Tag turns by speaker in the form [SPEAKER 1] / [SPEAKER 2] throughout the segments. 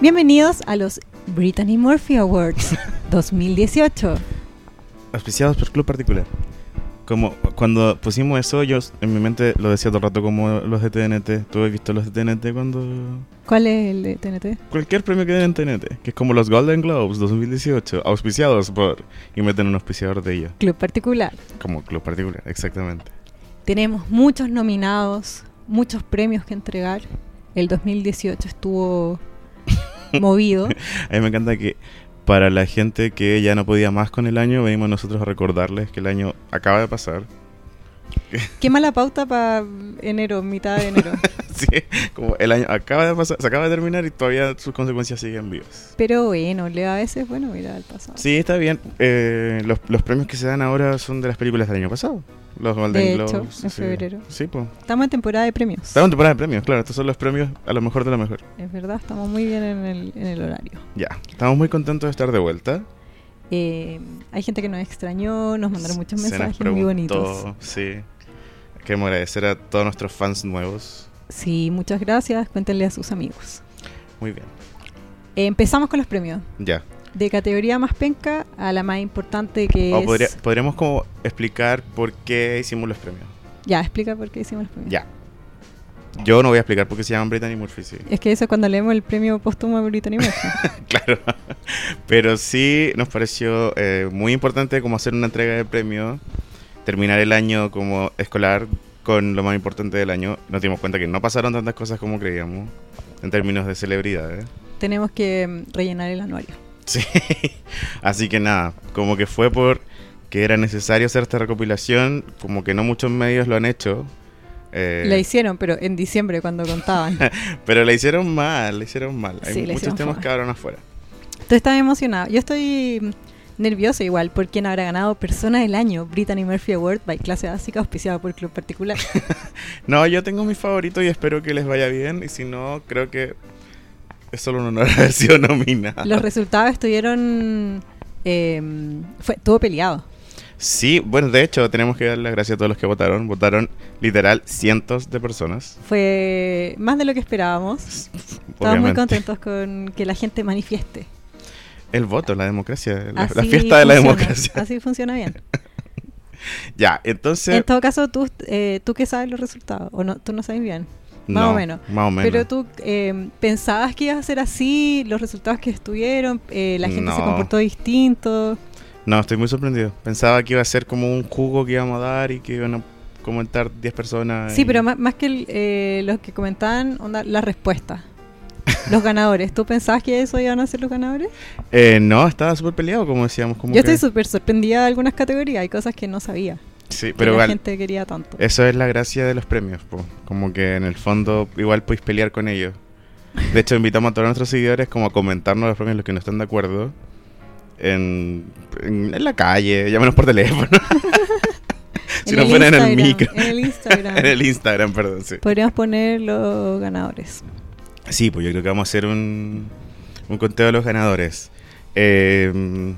[SPEAKER 1] Bienvenidos a los Brittany Murphy Awards 2018.
[SPEAKER 2] Auspiciados por Club Particular. Como cuando pusimos eso, yo en mi mente lo decía todo el rato como los de TNT. ¿Tú has visto los de TNT cuando...?
[SPEAKER 1] ¿Cuál es el de TNT?
[SPEAKER 2] Cualquier premio que den en TNT, que es como los Golden Globes 2018, auspiciados por... Y meten un auspiciador de ellos,
[SPEAKER 1] Club Particular.
[SPEAKER 2] como Club Particular, exactamente.
[SPEAKER 1] Tenemos muchos nominados, muchos premios que entregar. El 2018 estuvo movido.
[SPEAKER 2] A mí me encanta que para la gente que ya no podía más con el año, venimos nosotros a recordarles que el año acaba de pasar.
[SPEAKER 1] Qué mala pauta para enero, mitad de enero.
[SPEAKER 2] Sí, como el año acaba de pasar, se acaba de terminar y todavía sus consecuencias siguen vivas.
[SPEAKER 1] Pero bueno, le- a veces, bueno, mira al pasado.
[SPEAKER 2] Sí, está bien. Eh, los, los premios que se dan ahora son de las películas del año pasado. Los Golden
[SPEAKER 1] De hecho,
[SPEAKER 2] Globes.
[SPEAKER 1] en
[SPEAKER 2] sí.
[SPEAKER 1] febrero.
[SPEAKER 2] Sí, pues.
[SPEAKER 1] Estamos en temporada de premios.
[SPEAKER 2] Estamos en temporada de premios, claro. Estos son los premios a lo mejor de lo mejor.
[SPEAKER 1] Es verdad, estamos muy bien en el, en el horario.
[SPEAKER 2] Ya. Estamos muy contentos de estar de vuelta.
[SPEAKER 1] Eh, hay gente que nos extrañó, nos mandaron muchos
[SPEAKER 2] Se nos
[SPEAKER 1] mensajes muy
[SPEAKER 2] preguntó,
[SPEAKER 1] bonitos.
[SPEAKER 2] Sí. Queremos agradecer a todos nuestros fans nuevos.
[SPEAKER 1] Sí, muchas gracias. Cuéntenle a sus amigos.
[SPEAKER 2] Muy bien.
[SPEAKER 1] Eh, empezamos con los premios.
[SPEAKER 2] Ya.
[SPEAKER 1] De categoría más penca a la más importante que
[SPEAKER 2] O
[SPEAKER 1] es...
[SPEAKER 2] podría- podríamos como explicar por qué hicimos los premios.
[SPEAKER 1] Ya, explica por qué hicimos los premios.
[SPEAKER 2] Ya. Yo no voy a explicar por qué se llaman Brittany Murphy, sí.
[SPEAKER 1] Es que eso es cuando leemos el premio póstumo de Brittany Murphy.
[SPEAKER 2] Claro. Pero sí nos pareció eh, muy importante como hacer una entrega de premio, terminar el año como escolar con lo más importante del año. Nos dimos cuenta que no pasaron tantas cosas como creíamos en términos de celebridades.
[SPEAKER 1] Tenemos que mm, rellenar el anuario.
[SPEAKER 2] Sí. Así que nada, como que fue por que era necesario hacer esta recopilación, como que no muchos medios lo han hecho. Eh,
[SPEAKER 1] La hicieron, pero en diciembre cuando contaban.
[SPEAKER 2] pero la hicieron mal, la hicieron mal. Hay
[SPEAKER 1] Sí, la
[SPEAKER 2] muchos
[SPEAKER 1] hicieron
[SPEAKER 2] temas
[SPEAKER 1] fome.
[SPEAKER 2] que quedaron afuera.
[SPEAKER 1] Tú estás emocionado. Yo estoy mm, nervioso igual por quien habrá ganado Persona del Año, Brittany Murphy Award by Clase Básica, auspiciada por Club Particular.
[SPEAKER 2] No, yo tengo mi favorito y espero que les vaya bien. Y si no, creo que es solo un honor haber sido nominado.
[SPEAKER 1] Los resultados estuvieron... eh, fue, estuvo peleado.
[SPEAKER 2] Sí, bueno, de hecho, tenemos que dar las gracias a todos los que votaron. Votaron literal cientos de personas.
[SPEAKER 1] Fue más de lo que esperábamos. Estamos muy
[SPEAKER 2] obviamente.
[SPEAKER 1] contentos con que la gente manifieste.
[SPEAKER 2] El voto, la democracia, la, la
[SPEAKER 1] Así
[SPEAKER 2] fiesta de
[SPEAKER 1] funciona,
[SPEAKER 2] la democracia.
[SPEAKER 1] Así funciona bien.
[SPEAKER 2] Ya, entonces.
[SPEAKER 1] En todo caso, tú, eh, tú que sabes los resultados, o no, tú no sabes bien. más o
[SPEAKER 2] no,
[SPEAKER 1] menos.
[SPEAKER 2] Más o menos.
[SPEAKER 1] Pero tú eh, pensabas que iba a ser así, los resultados que estuvieron, eh, la gente se
[SPEAKER 2] No.
[SPEAKER 1] comportó distinto.
[SPEAKER 2] No, estoy muy sorprendido. Pensaba que iba a ser como un jugo que íbamos a dar y que iban a comentar 10 personas.
[SPEAKER 1] Sí,
[SPEAKER 2] y-
[SPEAKER 1] pero más, más que el, eh, los que comentaban, onda, la respuesta. Los ganadores, ¿tú pensabas que eso iban a ser los ganadores?
[SPEAKER 2] Eh, no, estaba súper peleado, como decíamos. Como
[SPEAKER 1] Yo
[SPEAKER 2] que-
[SPEAKER 1] estoy súper sorprendida de algunas categorías, hay cosas que no sabía,
[SPEAKER 2] Sí,
[SPEAKER 1] que
[SPEAKER 2] pero
[SPEAKER 1] la
[SPEAKER 2] igual,
[SPEAKER 1] gente quería tanto.
[SPEAKER 2] Eso es la gracia de los premios, po. como que en el fondo igual podéis pelear con ellos. De hecho, invitamos a todos nuestros seguidores como a comentarnos los premios, los que no están de acuerdo, en, en- en la calle, llámenos por teléfono. si no
[SPEAKER 1] el
[SPEAKER 2] fuera en el
[SPEAKER 1] Instagram,
[SPEAKER 2] micro.
[SPEAKER 1] En el Instagram.
[SPEAKER 2] en el Instagram, perdón, sí.
[SPEAKER 1] Podríamos poner los ganadores.
[SPEAKER 2] Sí, pues yo creo que vamos a hacer un, un conteo de los ganadores. Eh,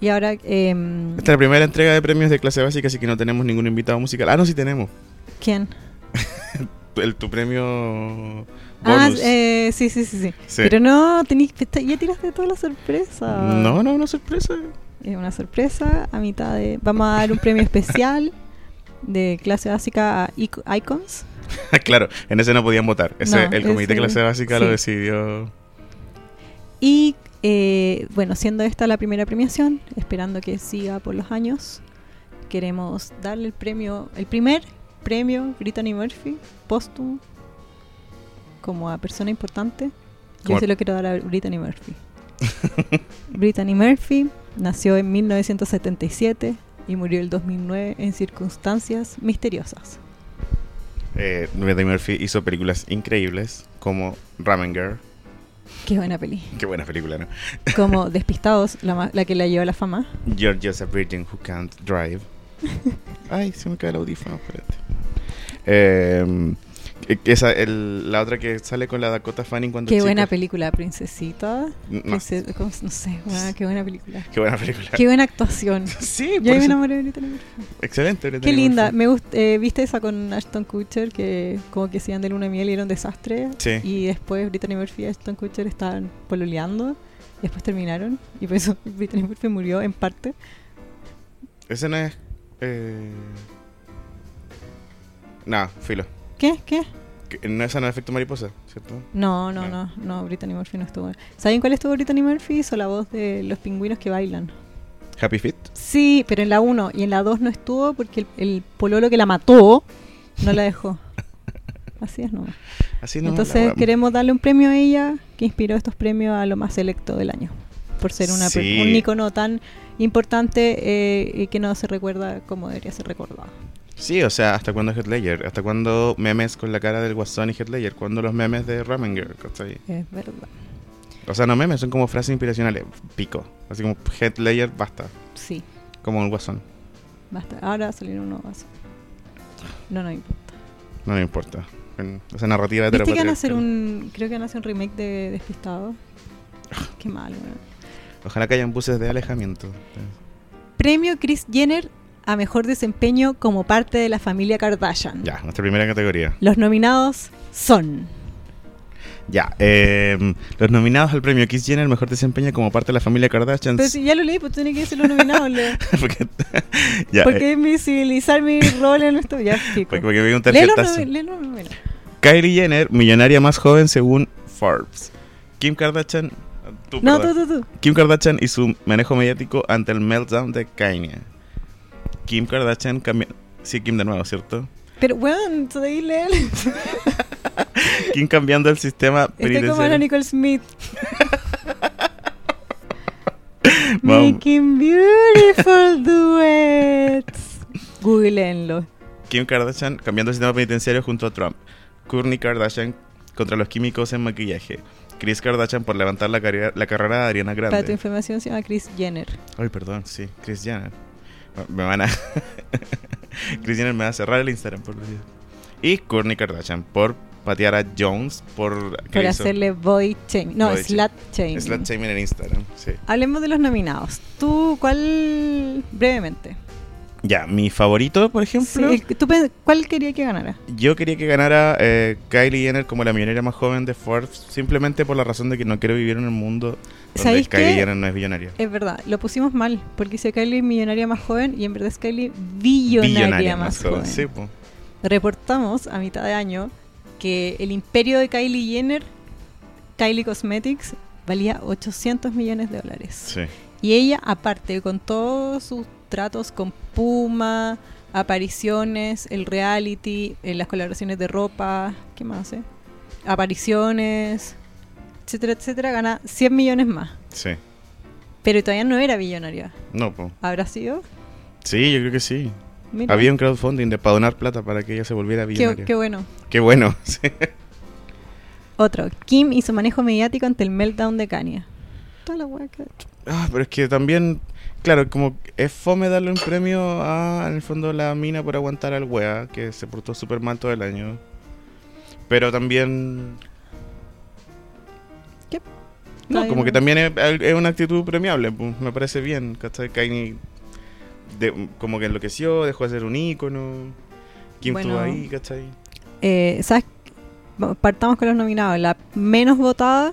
[SPEAKER 1] Y ahora, em,
[SPEAKER 2] esta es la primera entrega de premios de clase básica, así que no tenemos ningún invitado musical. Ah, no, sí tenemos.
[SPEAKER 1] ¿quién?
[SPEAKER 2] El, tu premio...
[SPEAKER 1] Ah,
[SPEAKER 2] bonus.
[SPEAKER 1] eh, sí, sí, sí, sí.
[SPEAKER 2] Sí.
[SPEAKER 1] Pero no, tenís, está- ya tiraste toda la sorpresa.
[SPEAKER 2] No, no, una sorpresa.
[SPEAKER 1] Es una sorpresa a mitad de... Vamos a dar un premio especial de clase básica a Ic- Icons.
[SPEAKER 2] claro, en ese no podían votar. Ese,
[SPEAKER 1] No,
[SPEAKER 2] el comité de
[SPEAKER 1] ese-
[SPEAKER 2] clase básica lo
[SPEAKER 1] sí.
[SPEAKER 2] decidió.
[SPEAKER 1] Y eh, bueno, siendo esta la primera premiación, esperando que siga por los años, queremos darle el premio, el primer premio Brittany Murphy, póstumo, como a persona importante. Yo
[SPEAKER 2] Como-
[SPEAKER 1] se lo quiero dar a Brittany Murphy. Brittany Murphy nació en 1977 y murió el 2009 en circunstancias misteriosas.
[SPEAKER 2] Eh, Brittany Murphy hizo películas increíbles como Ramen Girl.
[SPEAKER 1] Qué buena peli.
[SPEAKER 2] Qué buena película, ¿no?
[SPEAKER 1] Como Despistados, la, ma- la que la llevó a la fama.
[SPEAKER 2] You're just a virgin who can't drive. Ay, se me cae el audífono, espérate. Eh, Esa, el- la otra que sale con la Dakota Fanning cuando
[SPEAKER 1] Qué
[SPEAKER 2] chica.
[SPEAKER 1] buena película, Princesita.
[SPEAKER 2] No,
[SPEAKER 1] Princes- ¿cómo se- no sé, weón, qué buena película.
[SPEAKER 2] qué buena película.
[SPEAKER 1] Qué buena actuación.
[SPEAKER 2] Sí,
[SPEAKER 1] Yo
[SPEAKER 2] por
[SPEAKER 1] ahí me
[SPEAKER 2] eso-
[SPEAKER 1] enamoré de Brittany Murphy.
[SPEAKER 2] Excelente. Brittany
[SPEAKER 1] Qué linda.
[SPEAKER 2] Murphy.
[SPEAKER 1] Me gust- eh, ¿Viste esa con Ashton Kutcher? Que como que se iban de luna de miel y era un desastre.
[SPEAKER 2] Sí.
[SPEAKER 1] Y después Brittany Murphy y Ashton Kutcher estaban pololeando. Y después terminaron. Y por eso Brittany Murphy murió en parte.
[SPEAKER 2] Ese no es. Eh... Nah, filo.
[SPEAKER 1] ¿Qué? ¿Qué?
[SPEAKER 2] Que- No, esa no es efecto mariposa, ¿cierto?
[SPEAKER 1] No, no, no.
[SPEAKER 2] No.
[SPEAKER 1] No, Brittany Murphy no estuvo. ¿Saben cuál estuvo Brittany Murphy? Hizo la voz de los pingüinos que bailan.
[SPEAKER 2] Happy Feet.
[SPEAKER 1] Sí, pero en la 1 y en la 2 no estuvo porque el, el pololo que la mató no la dejó. Así es, no.
[SPEAKER 2] Así no
[SPEAKER 1] Entonces queremos darle un premio a ella que inspiró estos premios a lo más selecto del año. Por ser una per-
[SPEAKER 2] Sí.
[SPEAKER 1] un icono tan importante eh, y que no se recuerda como debería ser recordado.
[SPEAKER 2] Sí, o sea, ¿hasta cuándo Heath Ledger? ¿Hasta cuándo memes con la cara del Guasón y Heath Ledger? ¿Cuándo los memes de Ramen Girl? ¿Cachai?
[SPEAKER 1] Es verdad.
[SPEAKER 2] O sea, no memes, son como frases inspiracionales. Pico. Así como Heath Ledger, basta.
[SPEAKER 1] Sí,
[SPEAKER 2] Como el Guasón.
[SPEAKER 1] basta. Ahora salieron unos vasos. No, no importa.
[SPEAKER 2] No me importa. En esa narrativa de
[SPEAKER 1] ¿Viste que van a hacer un. Creo que van a hacer un remake de Despistado?
[SPEAKER 2] Ah.
[SPEAKER 1] Qué malo, weón.
[SPEAKER 2] Ojalá que hayan buses de alejamiento.
[SPEAKER 1] Premio Chris Jenner a mejor desempeño como parte de la familia Kardashian.
[SPEAKER 2] Ya, nuestra primera categoría.
[SPEAKER 1] Los nominados son.
[SPEAKER 2] Ya, eh, los nominados al premio Kiss Jenner mejor desempeño como parte de la familia Kardashian.
[SPEAKER 1] Pero si ya lo leí, pues tiene que decir los nominados. Leo.
[SPEAKER 2] porque, ya,
[SPEAKER 1] ¿Por
[SPEAKER 2] eh,
[SPEAKER 1] qué visibilizar mi rol en esto? Ya, chico.
[SPEAKER 2] porque, porque vi un
[SPEAKER 1] Lee los
[SPEAKER 2] tarjetazo.
[SPEAKER 1] nomi- lee los nominados.
[SPEAKER 2] Kylie Jenner, millonaria más joven según Forbes. Kim Kardashian, tú,
[SPEAKER 1] No,
[SPEAKER 2] perdón.
[SPEAKER 1] tú, tú, tú.
[SPEAKER 2] Kim Kardashian y su manejo mediático ante el meltdown de Kanye. Kim Kardashian cambia... Sí, Kim de nuevo, ¿cierto?
[SPEAKER 1] Pero, weón, estoy leer.
[SPEAKER 2] Kim cambiando el sistema
[SPEAKER 1] Estoy como la
[SPEAKER 2] penitenciario.
[SPEAKER 1] Nicole Smith.
[SPEAKER 2] Vamos.
[SPEAKER 1] Making beautiful duets. Googleenlo.
[SPEAKER 2] Kim Kardashian cambiando el sistema penitenciario junto a Trump. Kourtney Kardashian contra los químicos en maquillaje. Chris Kardashian por levantar la, carrera- la carrera de Ariana
[SPEAKER 1] Para tu
[SPEAKER 2] Grande.
[SPEAKER 1] información se llama Chris Jenner.
[SPEAKER 2] Ay, perdón, sí, Chris Jenner. Me van a. Chris Jenner me va a cerrar el Instagram, por Dios. Y Kourtney Kardashian por patear a Jones por. ¿qué
[SPEAKER 1] Por
[SPEAKER 2] hizo?
[SPEAKER 1] hacerle boy chain. No,
[SPEAKER 2] Body
[SPEAKER 1] slut chain.
[SPEAKER 2] Slut shaming en Instagram, sí.
[SPEAKER 1] Hablemos de los nominados. ¿Tú cuál? Brevemente.
[SPEAKER 2] Ya, mi favorito, por ejemplo.
[SPEAKER 1] Sí, el- ¿tú pen- ¿Cuál quería que ganara?
[SPEAKER 2] Yo quería que ganara eh, Kylie Jenner como la millonaria más joven de Forbes, simplemente por la razón de que no quiero vivir en un mundo donde
[SPEAKER 1] ¿Sabéis
[SPEAKER 2] Kylie
[SPEAKER 1] qué?
[SPEAKER 2] Jenner no es millonaria.
[SPEAKER 1] Es verdad, lo pusimos mal, porque dice Kylie millonaria más joven y en verdad es Kylie billonaria, más, joven.
[SPEAKER 2] Sí, po.
[SPEAKER 1] Reportamos a mitad de año que el imperio de Kylie Jenner, Kylie Cosmetics, valía 800 millones de dólares.
[SPEAKER 2] Sí.
[SPEAKER 1] Y ella, aparte, con todos sus tratos con Puma, apariciones, el reality, eh, las colaboraciones de ropa, ¿qué más? eh? Apariciones, etcétera, etcétera, gana 100 millones más.
[SPEAKER 2] Sí.
[SPEAKER 1] Pero todavía no era billonaria.
[SPEAKER 2] No, po.
[SPEAKER 1] ¿Habrá sido?
[SPEAKER 2] Sí, yo creo que sí.
[SPEAKER 1] Mira,
[SPEAKER 2] Había un crowdfunding de para donar plata para que ella se volviera
[SPEAKER 1] qué,
[SPEAKER 2] millonaria.
[SPEAKER 1] qué
[SPEAKER 2] Qué,
[SPEAKER 1] bueno.
[SPEAKER 2] bueno. sí.
[SPEAKER 1] Otro, Kim y su manejo mediático ante el meltdown de Kanye. Toda la hueá que-
[SPEAKER 2] Ah, pero es que también, claro, como es fome darle un premio a, en el fondo, la mina por aguantar al wea, que se portó súper mal todo el año. Pero también...
[SPEAKER 1] ¿Qué?
[SPEAKER 2] No,
[SPEAKER 1] Está
[SPEAKER 2] como
[SPEAKER 1] bien,
[SPEAKER 2] que
[SPEAKER 1] ¿no?
[SPEAKER 2] también es, es una actitud premiable, po. me parece bien, ¿cachai? Kanye de- como que enloqueció, dejó de ser un ícono, Kim
[SPEAKER 1] Bueno.
[SPEAKER 2] estuvo ahí, ¿cachai?
[SPEAKER 1] Eh, ¿sabes? Bueno, Partamos con los nominados. La menos votada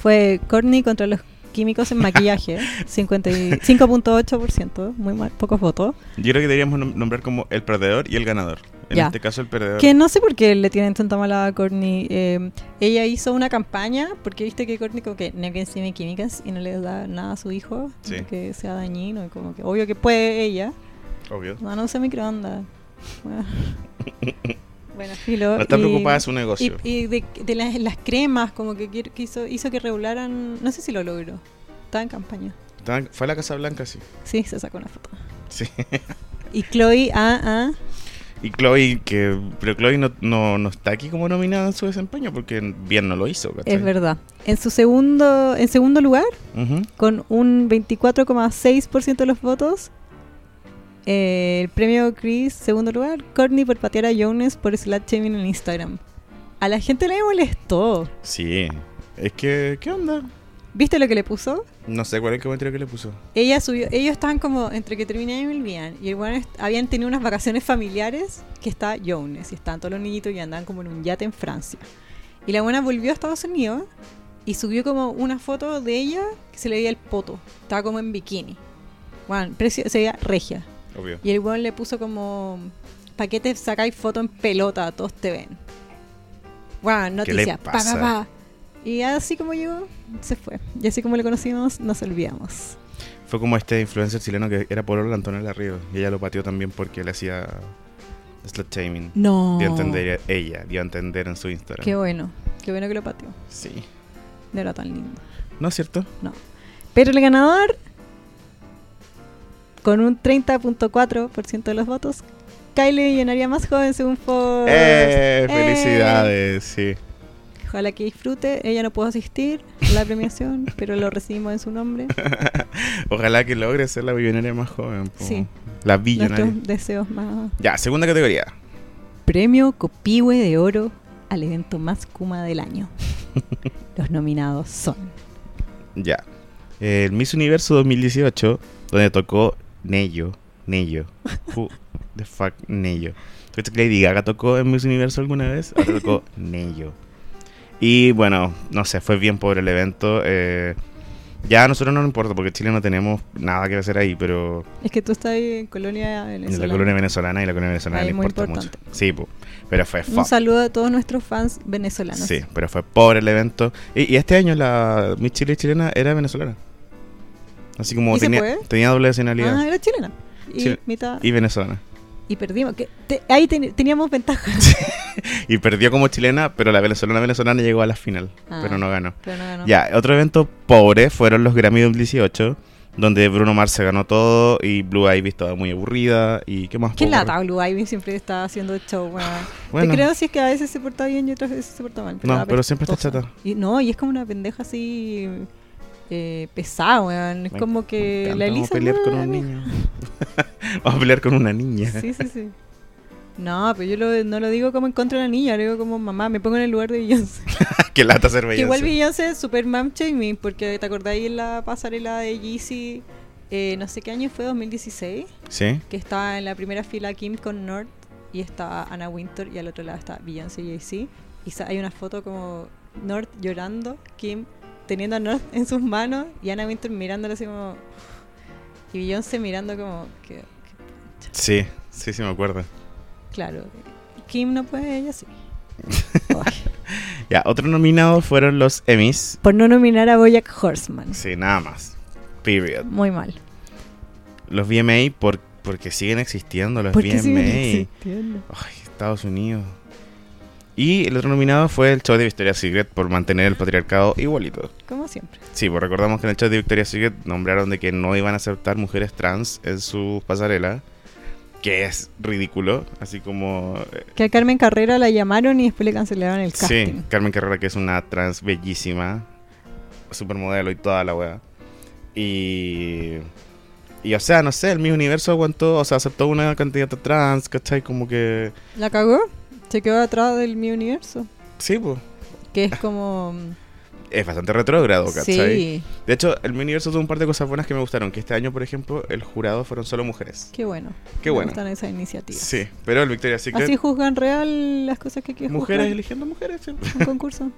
[SPEAKER 1] fue Courtney contra los químicos en maquillaje, 55.8%, muy mal, pocos votos.
[SPEAKER 2] Yo creo que deberíamos nom- nombrar como el perdedor y el ganador. En
[SPEAKER 1] Ya.
[SPEAKER 2] este caso el perdedor.
[SPEAKER 1] Que no sé por qué le tienen tanta mala a Courtney. Eh, ella hizo una campaña, porque viste que Courtney como que no que encima de químicas y no le da nada a su hijo,
[SPEAKER 2] Sí.
[SPEAKER 1] que sea dañino, y como que obvio que puede ella.
[SPEAKER 2] Obvio.
[SPEAKER 1] No, no usa microondas. Bueno, Bueno, filo.
[SPEAKER 2] No está
[SPEAKER 1] y-
[SPEAKER 2] preocupada de su
[SPEAKER 1] Y,
[SPEAKER 2] negocio.
[SPEAKER 1] y de, de las, las cremas, como que quier- que hizo, hizo que regularan. No sé si lo logró. Estaba en campaña.
[SPEAKER 2] Estaba- Fue a la Casa Blanca, sí.
[SPEAKER 1] Sí, se sacó una foto.
[SPEAKER 2] Sí.
[SPEAKER 1] Y Chloe, ah, ah.
[SPEAKER 2] Y Chloe, que. Pero Chloe no, no, no está aquí como nominada en su desempeño porque bien no lo hizo, ¿cachai?
[SPEAKER 1] Es verdad. En su segundo, en segundo lugar,
[SPEAKER 2] Ujú.
[SPEAKER 1] con un 24,6% de los votos, eh, el premio Chris, segundo lugar, Courtney por patear a Jones por slut shaming en Instagram. A la gente le molestó.
[SPEAKER 2] Sí. Es que, ¿qué onda?
[SPEAKER 1] ¿Viste lo que le puso?
[SPEAKER 2] No sé cuál es el comentario que le puso.
[SPEAKER 1] Ella subió, ellos estaban como entre que terminé y volvían. Y el weón est- habían tenido unas vacaciones familiares que está Jones. Y estaban todos los niñitos y andaban como en un yate en Francia. Y la buena volvió a Estados Unidos y subió como una foto de ella que se le veía el poto. Estaba como en bikini. Bueno, precio, se veía regia.
[SPEAKER 2] Obvio.
[SPEAKER 1] Y el weón le puso como, ¿pa' qué te sacáis foto en pelota? Todos te ven. Bueno,
[SPEAKER 2] ¿Qué le
[SPEAKER 1] noticia. Pa, pa,
[SPEAKER 2] pasa?
[SPEAKER 1] pa. Y así como llegó, se fue. Y así como lo conocimos, nos olvidamos.
[SPEAKER 2] Fue como este influencer chileno que era por Antonella Ríos. Y ella lo pateó también porque le hacía slut shaming.
[SPEAKER 1] No.
[SPEAKER 2] Dio a entender ella, dio a entender en su Instagram.
[SPEAKER 1] Qué bueno. Qué bueno que lo pateó.
[SPEAKER 2] Sí.
[SPEAKER 1] No era tan lindo.
[SPEAKER 2] ¿No es cierto?
[SPEAKER 1] Pero el ganador, con un 30.4% de los votos, Kylie millonaria más joven según Forbes.
[SPEAKER 2] ¡Eh!
[SPEAKER 1] ¡Eh!
[SPEAKER 2] ¡Felicidades! Sí.
[SPEAKER 1] Ojalá que disfrute. Ella no pudo asistir a la premiación, pero lo recibimos en su nombre.
[SPEAKER 2] Ojalá que logre ser la billonaria más joven. po.
[SPEAKER 1] Sí.
[SPEAKER 2] La billonaria.
[SPEAKER 1] Nuestros deseos más.
[SPEAKER 2] Ya, segunda categoría.
[SPEAKER 1] Premio Copihue de Oro al evento más Kuma del año. Los nominados son.
[SPEAKER 2] Ya. El Miss Universo 2018, donde tocó Nello. Nello. Who the fuck, Nello. ¿Tú crees que Lady Gaga tocó en Miss Universo alguna vez? Ahora tocó Nello. Y bueno, no sé, fue bien pobre el evento. eh, ya a nosotros no nos importa porque en Chile no tenemos nada que hacer ahí, pero
[SPEAKER 1] Es que tú estás ahí en Colonia
[SPEAKER 2] en la
[SPEAKER 1] Venezolana.
[SPEAKER 2] colonia venezolana y la colonia venezolana
[SPEAKER 1] Ahí
[SPEAKER 2] le
[SPEAKER 1] muy
[SPEAKER 2] importa
[SPEAKER 1] importante.
[SPEAKER 2] mucho. Sí, po. pero fue
[SPEAKER 1] Un
[SPEAKER 2] fuck.
[SPEAKER 1] saludo a todos nuestros fans venezolanos. Ah,
[SPEAKER 2] Sí, pero fue pobre el evento. Y, y este año la Miss Chile chilena era venezolana. Así como
[SPEAKER 1] ¿Y se
[SPEAKER 2] tenía,
[SPEAKER 1] puede?
[SPEAKER 2] tenía doble nacionalidad.
[SPEAKER 1] Ah, era chilena. Y
[SPEAKER 2] Chile-
[SPEAKER 1] mitad.
[SPEAKER 2] Y venezolana.
[SPEAKER 1] Y perdimos. que te- ahí ten- teníamos ventaja.
[SPEAKER 2] Y perdió como chilena, pero la venezolana venezolana llegó a la final.
[SPEAKER 1] Ah.
[SPEAKER 2] Pero no ganó.
[SPEAKER 1] Pero no ganó.
[SPEAKER 2] Ya, otro evento pobre fueron los Grammy 2018, donde Bruno Mars se ganó todo y Blue Ivy estaba muy aburrida. ¿Y qué más?
[SPEAKER 1] Qué
[SPEAKER 2] pobre? Ah,
[SPEAKER 1] lata, Blue Ivy siempre está haciendo show. weón.
[SPEAKER 2] Bueno,
[SPEAKER 1] Te creo si es que a veces se porta bien y otras veces se porta mal.
[SPEAKER 2] No,
[SPEAKER 1] era
[SPEAKER 2] pero siempre está
[SPEAKER 1] apestosa. Y, no, y es como una pendeja así eh, pesada, weón. Es
[SPEAKER 2] Me-
[SPEAKER 1] como que
[SPEAKER 2] encanta,
[SPEAKER 1] la
[SPEAKER 2] Vamos
[SPEAKER 1] Elisa...
[SPEAKER 2] a pelear con
[SPEAKER 1] ah,
[SPEAKER 2] un niño. Vamos a pelear con una niña.
[SPEAKER 1] Sí, sí, sí. No, pero yo lo- no lo digo como en contra de la niña, lo digo como mamá, me pongo en el lugar de Beyoncé.
[SPEAKER 2] qué lata ser
[SPEAKER 1] Que igual
[SPEAKER 2] Beyoncé.
[SPEAKER 1] Beyoncé es super mom shaming, porque te acordáis en la pasarela de Yeezy, eh, no sé qué año fue, 2016,
[SPEAKER 2] Sí.
[SPEAKER 1] que estaba en la primera fila Kim con North y estaba Anna Winter y al otro lado está Beyoncé y Jay-Z. Y sa- hay una foto como North llorando, Kim teniendo a North en sus manos y Anna Winter mirándola así como. Y Beyoncé mirando como. Que,
[SPEAKER 2] Sí, sí, sí, me acuerdo.
[SPEAKER 1] claro, Kim no puede, ella sí.
[SPEAKER 2] Ya, otro nominado fueron los Emmys.
[SPEAKER 1] Por no nominar a Boyack Horseman.
[SPEAKER 2] Sí, nada más. Period.
[SPEAKER 1] Muy mal.
[SPEAKER 2] Los VMA por, porque siguen existiendo los
[SPEAKER 1] Porque
[SPEAKER 2] VMA.
[SPEAKER 1] siguen existiendo.
[SPEAKER 2] Ay, Estados Unidos. Y el otro nominado fue el show de Victoria's Secret por mantener el patriarcado igualito.
[SPEAKER 1] Como siempre.
[SPEAKER 2] Sí, pues recordamos que en el show de Victoria's Secret nombraron de que no iban a aceptar mujeres trans en su pasarela, que es ridículo, así como... eh,
[SPEAKER 1] Que a Carmen Carrera la llamaron y después le cancelaron el casting.
[SPEAKER 2] Sí, Carmen Carrera, que es una trans bellísima, supermodelo y toda la weá. Y. Y o sea, no sé, el mismo universo aguantó, o sea, aceptó una candidata trans, ¿cachai? Como que.
[SPEAKER 1] ¿La cagó? Se quedó atrás del Mi Universo.
[SPEAKER 2] Sí, pues.
[SPEAKER 1] Que es como...
[SPEAKER 2] Es bastante retrógrado, ¿cachai?
[SPEAKER 1] Sí,
[SPEAKER 2] De hecho, el mi universo tuvo un par de cosas buenas que me gustaron. Que este año, por ejemplo, el jurado fueron solo mujeres.
[SPEAKER 1] qué bueno.
[SPEAKER 2] Qué
[SPEAKER 1] Me
[SPEAKER 2] bueno.
[SPEAKER 1] gustan esas iniciativas.
[SPEAKER 2] Sí, pero el Victoria's
[SPEAKER 1] Así
[SPEAKER 2] Secret.
[SPEAKER 1] juzgan real las cosas que quieres
[SPEAKER 2] Mujeres eligiendo mujeres, sí.
[SPEAKER 1] un concurso.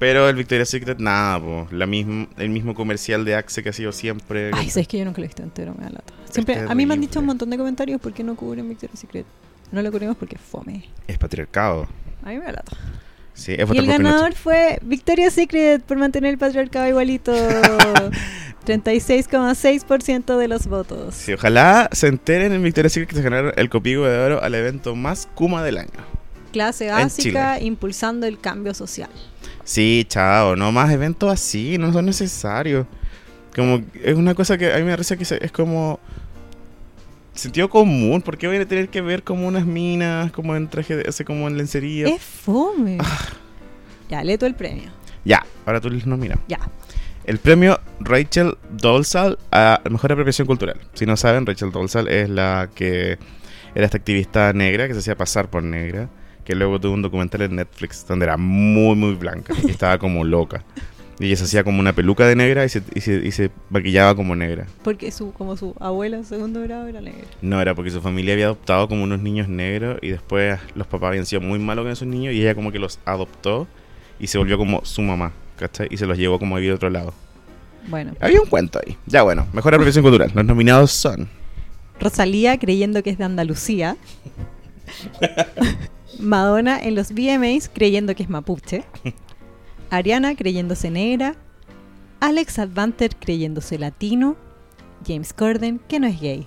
[SPEAKER 2] Pero el Victoria's Secret, nada, po. La misma, el mismo comercial de Axe que ha sido siempre.
[SPEAKER 1] Ay, sabes que yo nunca lo he visto entero, me da lata. Siempre,
[SPEAKER 2] Es
[SPEAKER 1] a mí me han
[SPEAKER 2] terrible.
[SPEAKER 1] dicho un montón de comentarios por qué no cubren Victoria's Secret. No lo cubrimos porque es fome.
[SPEAKER 2] Es patriarcado.
[SPEAKER 1] A mí me da lata.
[SPEAKER 2] Sí, es
[SPEAKER 1] Y
[SPEAKER 2] votar
[SPEAKER 1] el
[SPEAKER 2] por Pinochet.
[SPEAKER 1] ganador fue Victoria's Secret por mantener el patriarcado igualito. 36,6% de los votos.
[SPEAKER 2] Sí, ojalá se enteren en Victoria's Secret que se ganaron el copigo de oro al evento más Kuma del año.
[SPEAKER 1] Clase básica impulsando el cambio social.
[SPEAKER 2] Sí, chao, no más eventos así, no son necesarios. Como, es una cosa que a mí me da risa que se- es como sentido común, ¿por qué voy a tener que ver como unas minas, como en traje de ese, como en lencería?
[SPEAKER 1] Es fome. ya, lee tú el premio.
[SPEAKER 2] Ya, ahora tú no mira.
[SPEAKER 1] Ya.
[SPEAKER 2] El premio Rachel Dolezal a Mejor Apropiación Cultural. Si no saben, Rachel Dolezal es la que era esta activista negra que se hacía pasar por negra, que que luego tuvo un documental en Netflix donde era muy, muy blanca y estaba como loca. Y ella se hacía como una peluca de negra y se, y se, y se maquillaba como negra.
[SPEAKER 1] Porque su, como su abuela en segundo grado era negra.
[SPEAKER 2] No, era porque su familia había adoptado como unos niños negros y después los papás habían sido muy malos con esos niños y ella como que los adoptó y se volvió como su mamá, ¿cachai? Y se los llevó como a vivir a otro lado.
[SPEAKER 1] Bueno.
[SPEAKER 2] Había un cuento ahí. Ya bueno, mejor apropiación cultural. Los nominados son...
[SPEAKER 1] Rosalía creyendo que es de Andalucía. Madonna en los VMAs creyendo que es mapuche. Ariana creyéndose negra. Alex Advanter creyéndose latino. James Corden que no es gay.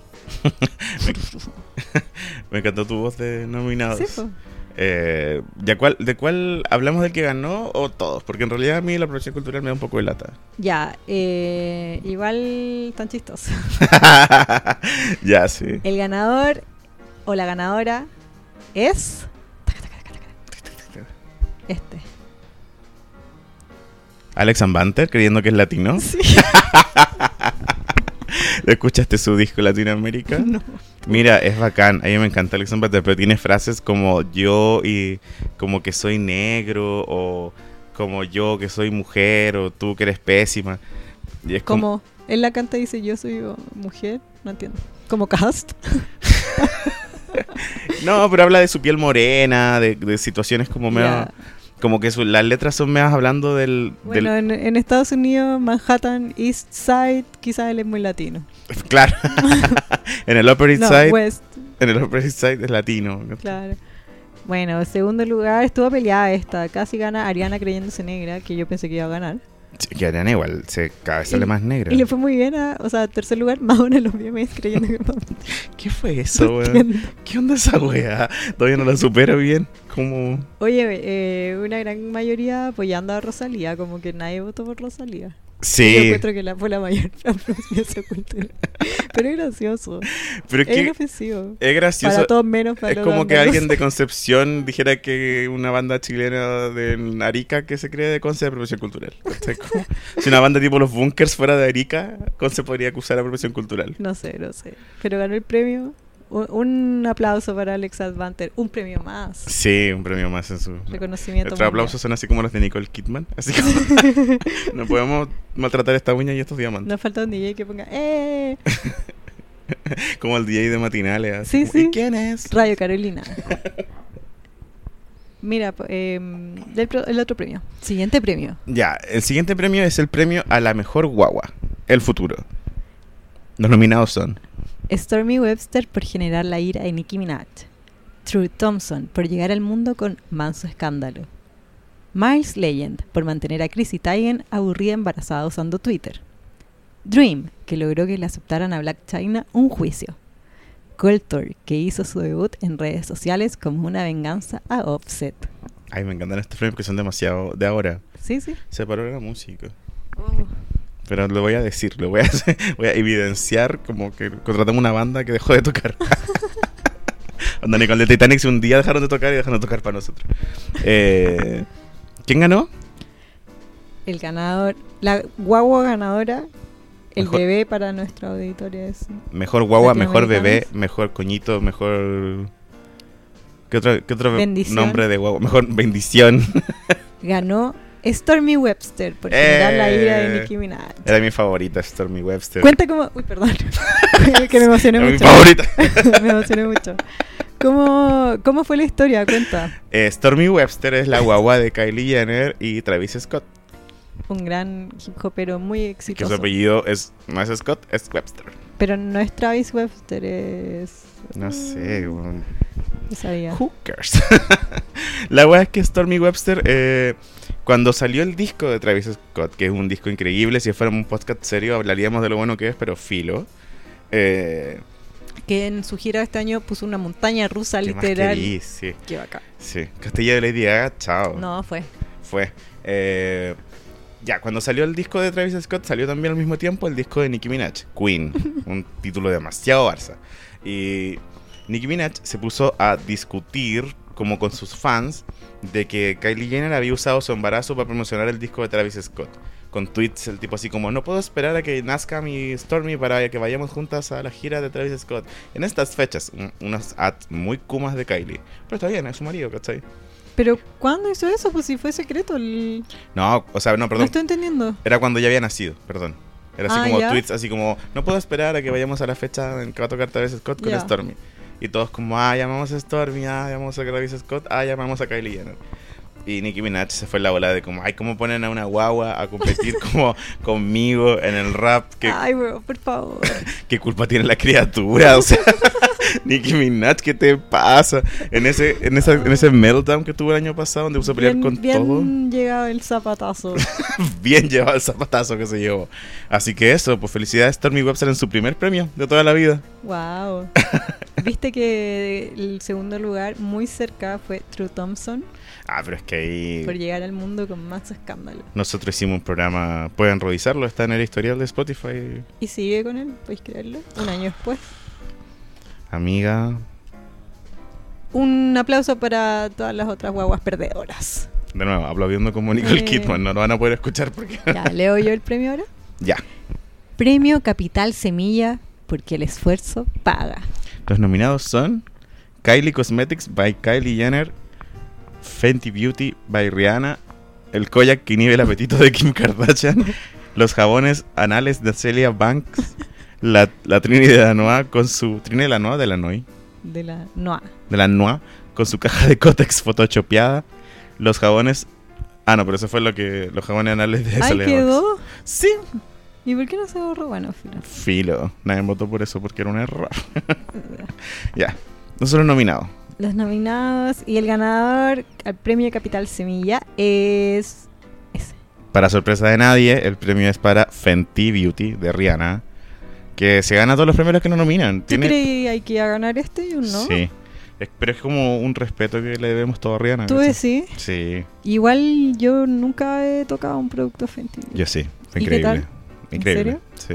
[SPEAKER 2] Me encantó tu voz de nominados.
[SPEAKER 1] Sí, pues. po.
[SPEAKER 2] Eh, ¿de, cuál, ¿De cuál hablamos del que ganó o todos? Porque en realidad a mí la apropiación cultural me da un poco de lata.
[SPEAKER 1] Ya, eh, igual tan chistoso.
[SPEAKER 2] ya, sí.
[SPEAKER 1] El ganador o la ganadora es este.
[SPEAKER 2] Alex Ambanter, creyendo que es latino.
[SPEAKER 1] Sí.
[SPEAKER 2] ¿Escuchaste su disco Latinoamérica?
[SPEAKER 1] No.
[SPEAKER 2] Mira, es bacán. A mí me encanta Alex Ambanter, pero tiene frases como yo y como que soy negro o como yo que soy mujer o tú que eres pésima. Y es como...
[SPEAKER 1] Como él la canta y dice yo soy oh, mujer, no entiendo. Como cast.
[SPEAKER 2] No, pero habla de su piel morena, de, de situaciones como medio...
[SPEAKER 1] Ya.
[SPEAKER 2] Como que su- las letras son meas hablando del... del-
[SPEAKER 1] Bueno, en, en Estados Unidos, Manhattan, East Side, quizás él es muy latino.
[SPEAKER 2] Claro. en el Upper East
[SPEAKER 1] No,
[SPEAKER 2] Side...
[SPEAKER 1] West,
[SPEAKER 2] En el Upper East Side es latino.
[SPEAKER 1] claro. Bueno, segundo lugar, estuvo peleada esta. Casi gana Ariana creyéndose negra, que yo pensé que iba a ganar.
[SPEAKER 2] Sí, Que Ariana igual, se, cada vez
[SPEAKER 1] Y-
[SPEAKER 2] sale más negra.
[SPEAKER 1] Y le fue muy bien, a- o sea, tercer lugar, Madonna en los VMAs creyendo que
[SPEAKER 2] ¿Qué fue eso, weón?
[SPEAKER 1] entiendo.
[SPEAKER 2] ¿Qué onda esa weá? Todavía no la supero bien. Como...
[SPEAKER 1] Oye, eh, una gran mayoría apoyando a Rosalía, como que nadie votó por Rosalía. Yo
[SPEAKER 2] Sí,
[SPEAKER 1] encuentro que la, fue la mayor apropiación cultural. Pero es gracioso,
[SPEAKER 2] pero es
[SPEAKER 1] es
[SPEAKER 2] que
[SPEAKER 1] inofensivo.
[SPEAKER 2] es gracioso.
[SPEAKER 1] Para todos menos para
[SPEAKER 2] Es
[SPEAKER 1] los
[SPEAKER 2] como que
[SPEAKER 1] andaluces.
[SPEAKER 2] alguien de Concepción dijera que una banda chilena de Arica que se cree de Conce de apropiación cultural. ¿Cachai? Como- si una banda tipo Los Bunkers fuera de Arica, Conce podría acusar de apropiación cultural.
[SPEAKER 1] No sé, no sé. Pero ganó el premio. U- Un, aplauso para Alex Advanter. Un premio más.
[SPEAKER 2] Sí, un premio más en su...
[SPEAKER 1] Reconocimiento.
[SPEAKER 2] Nuestros
[SPEAKER 1] mundial.
[SPEAKER 2] aplausos son así como los de Nicole Kidman. Así como no podemos maltratar esta uña y estos diamantes.
[SPEAKER 1] Nos falta un DJ que ponga. ¡Eh!
[SPEAKER 2] Como el DJ de matinales. así
[SPEAKER 1] Sí,
[SPEAKER 2] como,
[SPEAKER 1] sí.
[SPEAKER 2] ¿Y quién es?
[SPEAKER 1] Radio Carolina. Mira, po- em, del pro- el otro premio. Siguiente premio.
[SPEAKER 2] Ya, el siguiente premio es el premio a la mejor guagua. El futuro. Los nominados son.
[SPEAKER 1] Stormy Webster por generar la ira de Nicki Minaj. True Thompson por llegar al mundo con manso escándalo. Miles Legend por mantener a Chrissy Teigen aburrida embarazada usando Twitter. Dream que logró que le aceptaran a Black China un juicio. Coltor que hizo su debut en redes sociales como una venganza a Offset.
[SPEAKER 2] Ay, me encantan estos premios que son demasiado de ahora.
[SPEAKER 1] Sí, sí.
[SPEAKER 2] Se paró la música.
[SPEAKER 1] Oh.
[SPEAKER 2] Pero lo voy a decir, lo voy a, voy a evidenciar como que contratamos una banda que dejó de tocar. Cuando Nicole de Titanic un día dejaron de tocar y dejaron de tocar para nosotros. Eh, ¿Quién ganó?
[SPEAKER 1] El ganador, la guagua ganadora, el
[SPEAKER 2] Mejor-
[SPEAKER 1] bebé para nuestra auditoría es
[SPEAKER 2] Mejor guagua, mejor bebé,
[SPEAKER 1] Latinoamericanos.
[SPEAKER 2] mejor coñito, mejor... ¿Qué otro, qué otro
[SPEAKER 1] Bendición.
[SPEAKER 2] nombre de guagua? Mejor bendición.
[SPEAKER 1] ganó Stormy Webster por generar la
[SPEAKER 2] ¡Eh!
[SPEAKER 1] ira de Nicki Minaj.
[SPEAKER 2] Era mi favorita, Stormy Webster.
[SPEAKER 1] Cuenta como. Uy, perdón. que me emocioné
[SPEAKER 2] Era mi
[SPEAKER 1] mucho.
[SPEAKER 2] favorita.
[SPEAKER 1] me emocioné mucho. ¿Cómo, ¿Cómo fue la historia? Cuenta.
[SPEAKER 2] Eh, Stormy Webster es la guagua de Kylie Jenner y Travis Scott.
[SPEAKER 1] Un gran hip hopero muy
[SPEAKER 2] Que su
[SPEAKER 1] exitoso.
[SPEAKER 2] apellido es, no es Scott, es Webster.
[SPEAKER 1] Pero no es Travis Webster, es. mm,
[SPEAKER 2] No sé, weón.
[SPEAKER 1] No sabía.
[SPEAKER 2] Who cares? la weá es que Stormy Webster, eh, cuando salió el disco de Travis Scott, que es un disco increíble, si fuera un podcast serio hablaríamos de lo bueno que es, pero filo. Eh,
[SPEAKER 1] Que en su gira este año puso una montaña rusa
[SPEAKER 2] ¿qué más
[SPEAKER 1] literal.
[SPEAKER 2] querís? Oh. Sí,
[SPEAKER 1] Qué bacán.
[SPEAKER 2] sí. Castilla de Lady Gaga, chao.
[SPEAKER 1] No, fue.
[SPEAKER 2] Fue. Eh, ya, cuando salió el disco de Travis Scott, salió también al mismo tiempo el disco de Nicki Minaj, Queen. un título demasiado Barça. Y Nicki Minaj se puso a discutir, como con sus fans, de que Kylie Jenner había usado su embarazo para promocionar el disco de Travis Scott. con tweets el tipo así como no puedo esperar a que nazca mi Stormy para que vayamos juntas a la gira de Travis Scott en estas fechas un- unas ads muy kumas de Kylie pero está bien es su marido ¿cachai?
[SPEAKER 1] Pero ¿cuándo hizo eso? Pues si fue secreto. el-
[SPEAKER 2] no o sea no
[SPEAKER 1] No
[SPEAKER 2] perdón
[SPEAKER 1] estoy entendiendo.
[SPEAKER 2] era cuando ya había nacido perdón era así
[SPEAKER 1] Ah,
[SPEAKER 2] como
[SPEAKER 1] ya.
[SPEAKER 2] tweets así como no puedo esperar a que vayamos a la fecha en que va a tocar Travis Scott con
[SPEAKER 1] Ya.
[SPEAKER 2] Stormy y todos como ah llamamos a Stormy ah llamamos a Travis Scott ah llamamos a Kylie Jenner y Nicki Minaj se fue en la bola de como ay cómo ponen a una guagua a competir como conmigo en el rap que
[SPEAKER 1] Ay, bro, por favor.
[SPEAKER 2] ¿Qué culpa tiene la criatura? O sea, Nicki Minaj, ¿qué te pasa? En ese, en esa, en ese meltdown que tuvo el año pasado, donde puso a pelear
[SPEAKER 1] bien,
[SPEAKER 2] con
[SPEAKER 1] bien
[SPEAKER 2] todo,
[SPEAKER 1] llegado el zapatazo.
[SPEAKER 2] bien llevado el zapatazo que se llevó. Así que eso, pues felicidades, Stormy Webster, en su primer premio de toda la vida.
[SPEAKER 1] wow. Viste que el segundo lugar muy cerca fue True Thompson
[SPEAKER 2] Ah, pero es que
[SPEAKER 1] por
[SPEAKER 2] ahí
[SPEAKER 1] llegar al mundo con más escándalo.
[SPEAKER 2] nosotros hicimos un programa, pueden revisarlo, está en el historial de Spotify.
[SPEAKER 1] Y sigue con él, podéis creerlo, un año después.
[SPEAKER 2] Amiga,
[SPEAKER 1] Un aplauso para todas las otras guaguas perdedoras.
[SPEAKER 2] de nuevo, aplaudiendo como Nicole
[SPEAKER 1] Eh.
[SPEAKER 2] Kidman, no lo van a poder escuchar porque...
[SPEAKER 1] Ya, leo yo el premio ahora.
[SPEAKER 2] ya,
[SPEAKER 1] Premio Capital Semilla, porque el esfuerzo paga.
[SPEAKER 2] Los nominados son Kylie Cosmetics by Kylie Jenner, Fenty Beauty by Rihanna, el koyak que inhibe el apetito de Kim Kardashian, los jabones anales de Celia Banks, la, la Trini de Lanois con su... Trini de Lanois de Lanois,
[SPEAKER 1] De la NOA.
[SPEAKER 2] de Lanois con su caja de Cotex photoshopeada, los jabones... Ah, no, pero eso fue lo que... Los jabones anales de
[SPEAKER 1] Ahí
[SPEAKER 2] Celia Banks.
[SPEAKER 1] quedó.
[SPEAKER 2] Sí.
[SPEAKER 1] ¿Y por qué no se borró? Bueno, filo.
[SPEAKER 2] Filo. Nadie votó por eso porque era un error. ya. Nosotros nominados.
[SPEAKER 1] Los nominados y el ganador al premio Capital Semilla es. ese.
[SPEAKER 2] Para sorpresa de nadie, el premio es para Fenty Beauty de Rihanna, que se gana todos los premios a los que no nominan.
[SPEAKER 1] ¿Tú
[SPEAKER 2] Tiene-
[SPEAKER 1] creí que iba a ganar este y un no?
[SPEAKER 2] Sí. Es- pero es como un respeto que le debemos todo a Rihanna.
[SPEAKER 1] Tú
[SPEAKER 2] ¿cachai?
[SPEAKER 1] decís.
[SPEAKER 2] Sí,
[SPEAKER 1] Igual yo nunca he tocado un producto Fenty.
[SPEAKER 2] yo sí. Fue
[SPEAKER 1] ¿Y qué
[SPEAKER 2] increíble.
[SPEAKER 1] tal? ¿En
[SPEAKER 2] Increíble. Sí.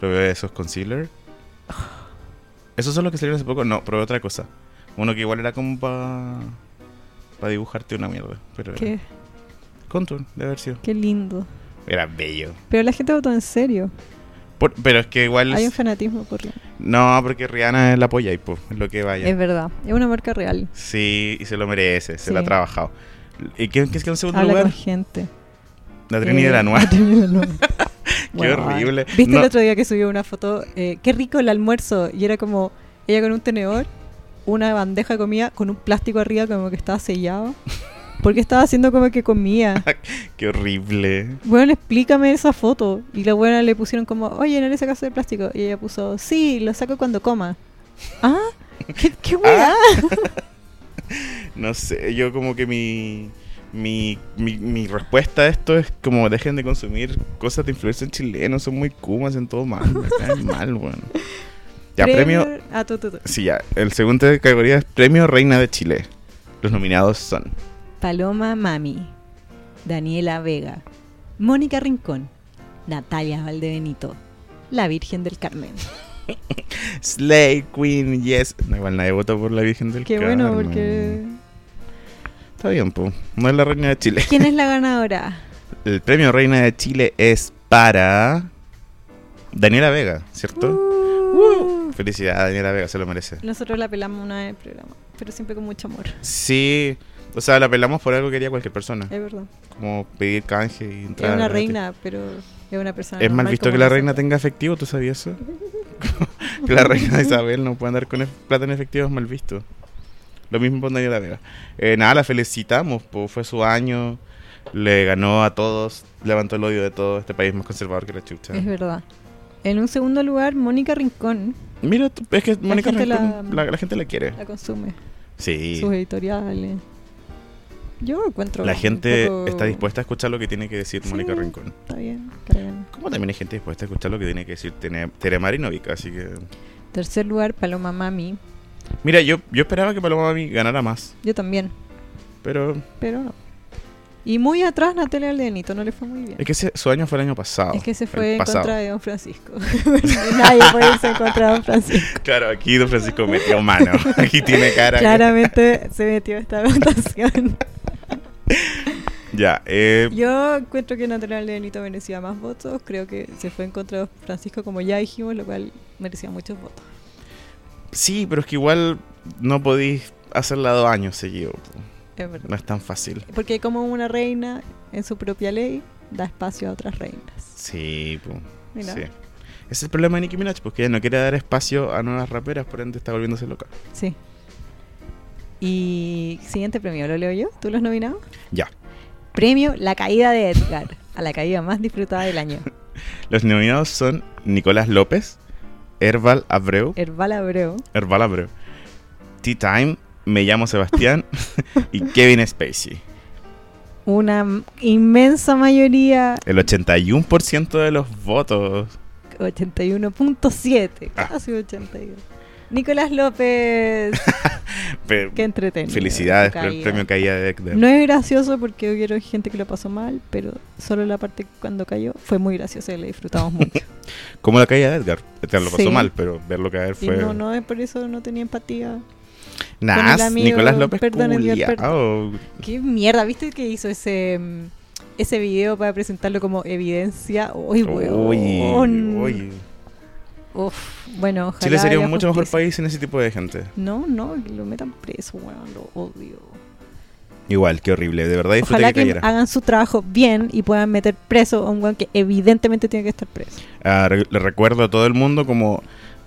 [SPEAKER 2] Probé esos concealer. ¿Esos son los que salieron hace poco? No, probé otra cosa. Uno que igual era como para dibujarte una mierda. Pero era
[SPEAKER 1] Qué,
[SPEAKER 2] Contour, de haber sido.
[SPEAKER 1] qué lindo.
[SPEAKER 2] Era bello.
[SPEAKER 1] Pero la gente votó en serio.
[SPEAKER 2] Por- pero es que igual.
[SPEAKER 1] Hay un fanatismo por Rihanna.
[SPEAKER 2] No, porque Rihanna es la polla y pues, es lo que vaya.
[SPEAKER 1] Es verdad. Es una marca real.
[SPEAKER 2] Sí, y se lo merece, se
[SPEAKER 1] Sí.
[SPEAKER 2] lo ha trabajado. ¿Y quién quién es que en segundo
[SPEAKER 1] Habla con
[SPEAKER 2] lugar?
[SPEAKER 1] gente.
[SPEAKER 2] La Trini
[SPEAKER 1] Eh,
[SPEAKER 2] de la Noa.
[SPEAKER 1] la Trini de la Noa.
[SPEAKER 2] horrible.
[SPEAKER 1] ¿Viste
[SPEAKER 2] No.
[SPEAKER 1] el otro día que subió una foto? eh, qué rico el almuerzo. Y era como ella con un tenedor, una bandeja de comida con un plástico arriba como que estaba sellado. Porque estaba haciendo como que comía.
[SPEAKER 2] Qué horrible.
[SPEAKER 1] Bueno, explícame esa foto. Y la buena le pusieron como, oye, no le sacaste el plástico. Y ella puso, sí, lo saco cuando coma. ¿Ah? ¿Qué, qué weá?
[SPEAKER 2] No sé, yo como que mi, mi, mi, mi respuesta a esto es como dejen de consumir cosas de influencia en chileno, son muy kumas en todo mal, me caen mal, bueno. Ya, premio...
[SPEAKER 1] Ah, tú, tú, tú.
[SPEAKER 2] Sí, ya, el segundo de categoría es Premio Reina de Chile. Los nominados son
[SPEAKER 1] Paloma Mami, Daniela Vega, Mónica Rincón, Natalia Valdebenito, la Virgen del Carmen.
[SPEAKER 2] Slay Queen, yes. No, igual nadie votó por la Virgen del
[SPEAKER 1] Qué
[SPEAKER 2] Carmen.
[SPEAKER 1] bueno, porque.
[SPEAKER 2] Está bien, po. No es la Reina de Chile.
[SPEAKER 1] ¿Quién es la ganadora?
[SPEAKER 2] El premio Reina de Chile es para Daniela Vega, ¿cierto?
[SPEAKER 1] Uh.
[SPEAKER 2] Felicidades, Daniela Vega, se lo merece.
[SPEAKER 1] Nosotros la pelamos una vez en el programa, pero siempre con mucho amor.
[SPEAKER 2] Sí, o sea, la apelamos por algo que haría cualquier persona,
[SPEAKER 1] Es verdad.
[SPEAKER 2] como pedir canje y entrar.
[SPEAKER 1] es Eh. una
[SPEAKER 2] gratis.
[SPEAKER 1] reina, pero es una persona.
[SPEAKER 2] Es mal
[SPEAKER 1] normal
[SPEAKER 2] visto
[SPEAKER 1] como
[SPEAKER 2] que la
[SPEAKER 1] nosotros.
[SPEAKER 2] reina tenga efectivo, ¿tú sabías eso? que la reina Isabel no puede andar con ef- plata en efectivo, es mal visto. Lo mismo con Daniela Vega. Eh, nada, la felicitamos, po, fue su año, le ganó a todos, levantó el odio de todo este país más conservador que la chucha.
[SPEAKER 1] Es verdad. En un segundo lugar, Mónica Rincón
[SPEAKER 2] Mira, tú- es que Mónica
[SPEAKER 1] gente
[SPEAKER 2] Rincón,
[SPEAKER 1] la-
[SPEAKER 2] la, la gente la quiere.
[SPEAKER 1] la consume,
[SPEAKER 2] Sí.
[SPEAKER 1] sus editoriales. Yo encuentro.
[SPEAKER 2] La
[SPEAKER 1] un
[SPEAKER 2] gente
[SPEAKER 1] poco-
[SPEAKER 2] está dispuesta a escuchar lo que tiene que decir
[SPEAKER 1] Sí.
[SPEAKER 2] Mónica Rincón.
[SPEAKER 1] Está bien, está bien.
[SPEAKER 2] Como también hay gente dispuesta a escuchar lo que tiene que decir Tene- Tere Marinovic, así que...
[SPEAKER 1] Tercer lugar, Paloma Mami.
[SPEAKER 2] Mira, yo, yo esperaba que Paloma Mami ganara más,
[SPEAKER 1] Yo también,
[SPEAKER 2] pero
[SPEAKER 1] pero no. Y muy atrás, Natalia Aldenito, no le fue muy bien.
[SPEAKER 2] es que ese- su año fue el año pasado.
[SPEAKER 1] Es que se
[SPEAKER 2] Ah, el
[SPEAKER 1] fue en
[SPEAKER 2] pasado.
[SPEAKER 1] contra de Don Francisco. Nadie puede irse en contra de Don Francisco.
[SPEAKER 2] Claro, aquí Don Francisco metió mano. Aquí tiene cara. que-
[SPEAKER 1] Claramente se metió esta votación.
[SPEAKER 2] Ya, eh,
[SPEAKER 1] Yo encuentro que Natural de Benito merecía más votos. Creo que se fue en contra de Francisco, como ya dijimos, lo cual merecía muchos votos.
[SPEAKER 2] sí, pero es que igual no podéis hacerla dos años seguidos. po.
[SPEAKER 1] Es verdad.
[SPEAKER 2] No es tan fácil.
[SPEAKER 1] Porque como una reina en su propia ley da espacio a otras reinas.
[SPEAKER 2] Sí, po,
[SPEAKER 1] Mira.
[SPEAKER 2] sí. Ese es el problema de Nicki Minaj, porque ella no quiere dar espacio a nuevas raperas, por ende está volviéndose loca.
[SPEAKER 1] Sí. Y siguiente premio, ¿lo leo yo? ¿Tú los nominado?
[SPEAKER 2] Ya.
[SPEAKER 1] Premio La Caída de Edgar, a la caída más disfrutada del año.
[SPEAKER 2] Los nominados son Nicolás López, Herbal Abreu,
[SPEAKER 1] Herbal Abreu.
[SPEAKER 2] Herbal Abreu, Tea Time, Me llamo Sebastián y Kevin Spacey.
[SPEAKER 1] Una m- inmensa mayoría,
[SPEAKER 2] El 81% de los votos.
[SPEAKER 1] 81.7,
[SPEAKER 2] Ah.
[SPEAKER 1] casi 82. Nicolás López,
[SPEAKER 2] Fe-
[SPEAKER 1] qué entretenido.
[SPEAKER 2] felicidades
[SPEAKER 1] su
[SPEAKER 2] por el
[SPEAKER 1] caída.
[SPEAKER 2] premio caída de Edgar.
[SPEAKER 1] No es gracioso porque hubieron gente que lo pasó mal, pero solo la parte cuando cayó fue muy graciosa y le disfrutamos mucho.
[SPEAKER 2] Como la caída de Edgar. Edgar lo pasó
[SPEAKER 1] Sí.
[SPEAKER 2] mal, pero verlo caer
[SPEAKER 1] y
[SPEAKER 2] fue.
[SPEAKER 1] no, no es por eso no tenía empatía.
[SPEAKER 2] Nah,
[SPEAKER 1] con el amigo,
[SPEAKER 2] Nicolás López
[SPEAKER 1] perdón, Edgar,
[SPEAKER 2] culiao.
[SPEAKER 1] Qué mierda, ¿viste que hizo ese mm, ese video para presentarlo como evidencia? Uy, weón.
[SPEAKER 2] Uy, uy.
[SPEAKER 1] Uf, bueno, ojalá
[SPEAKER 2] Chile sería
[SPEAKER 1] haya
[SPEAKER 2] un mucho mejor
[SPEAKER 1] justicia.
[SPEAKER 2] país sin ese tipo de gente.
[SPEAKER 1] No, no, que lo metan preso, weón, lo odio.
[SPEAKER 2] Igual, qué horrible. De verdad disfruté
[SPEAKER 1] Ojalá
[SPEAKER 2] que
[SPEAKER 1] que,
[SPEAKER 2] cayera.
[SPEAKER 1] hagan su trabajo bien y puedan meter preso a un weón que evidentemente tiene que estar preso.
[SPEAKER 2] Ah, re- le recuerdo a todo el mundo como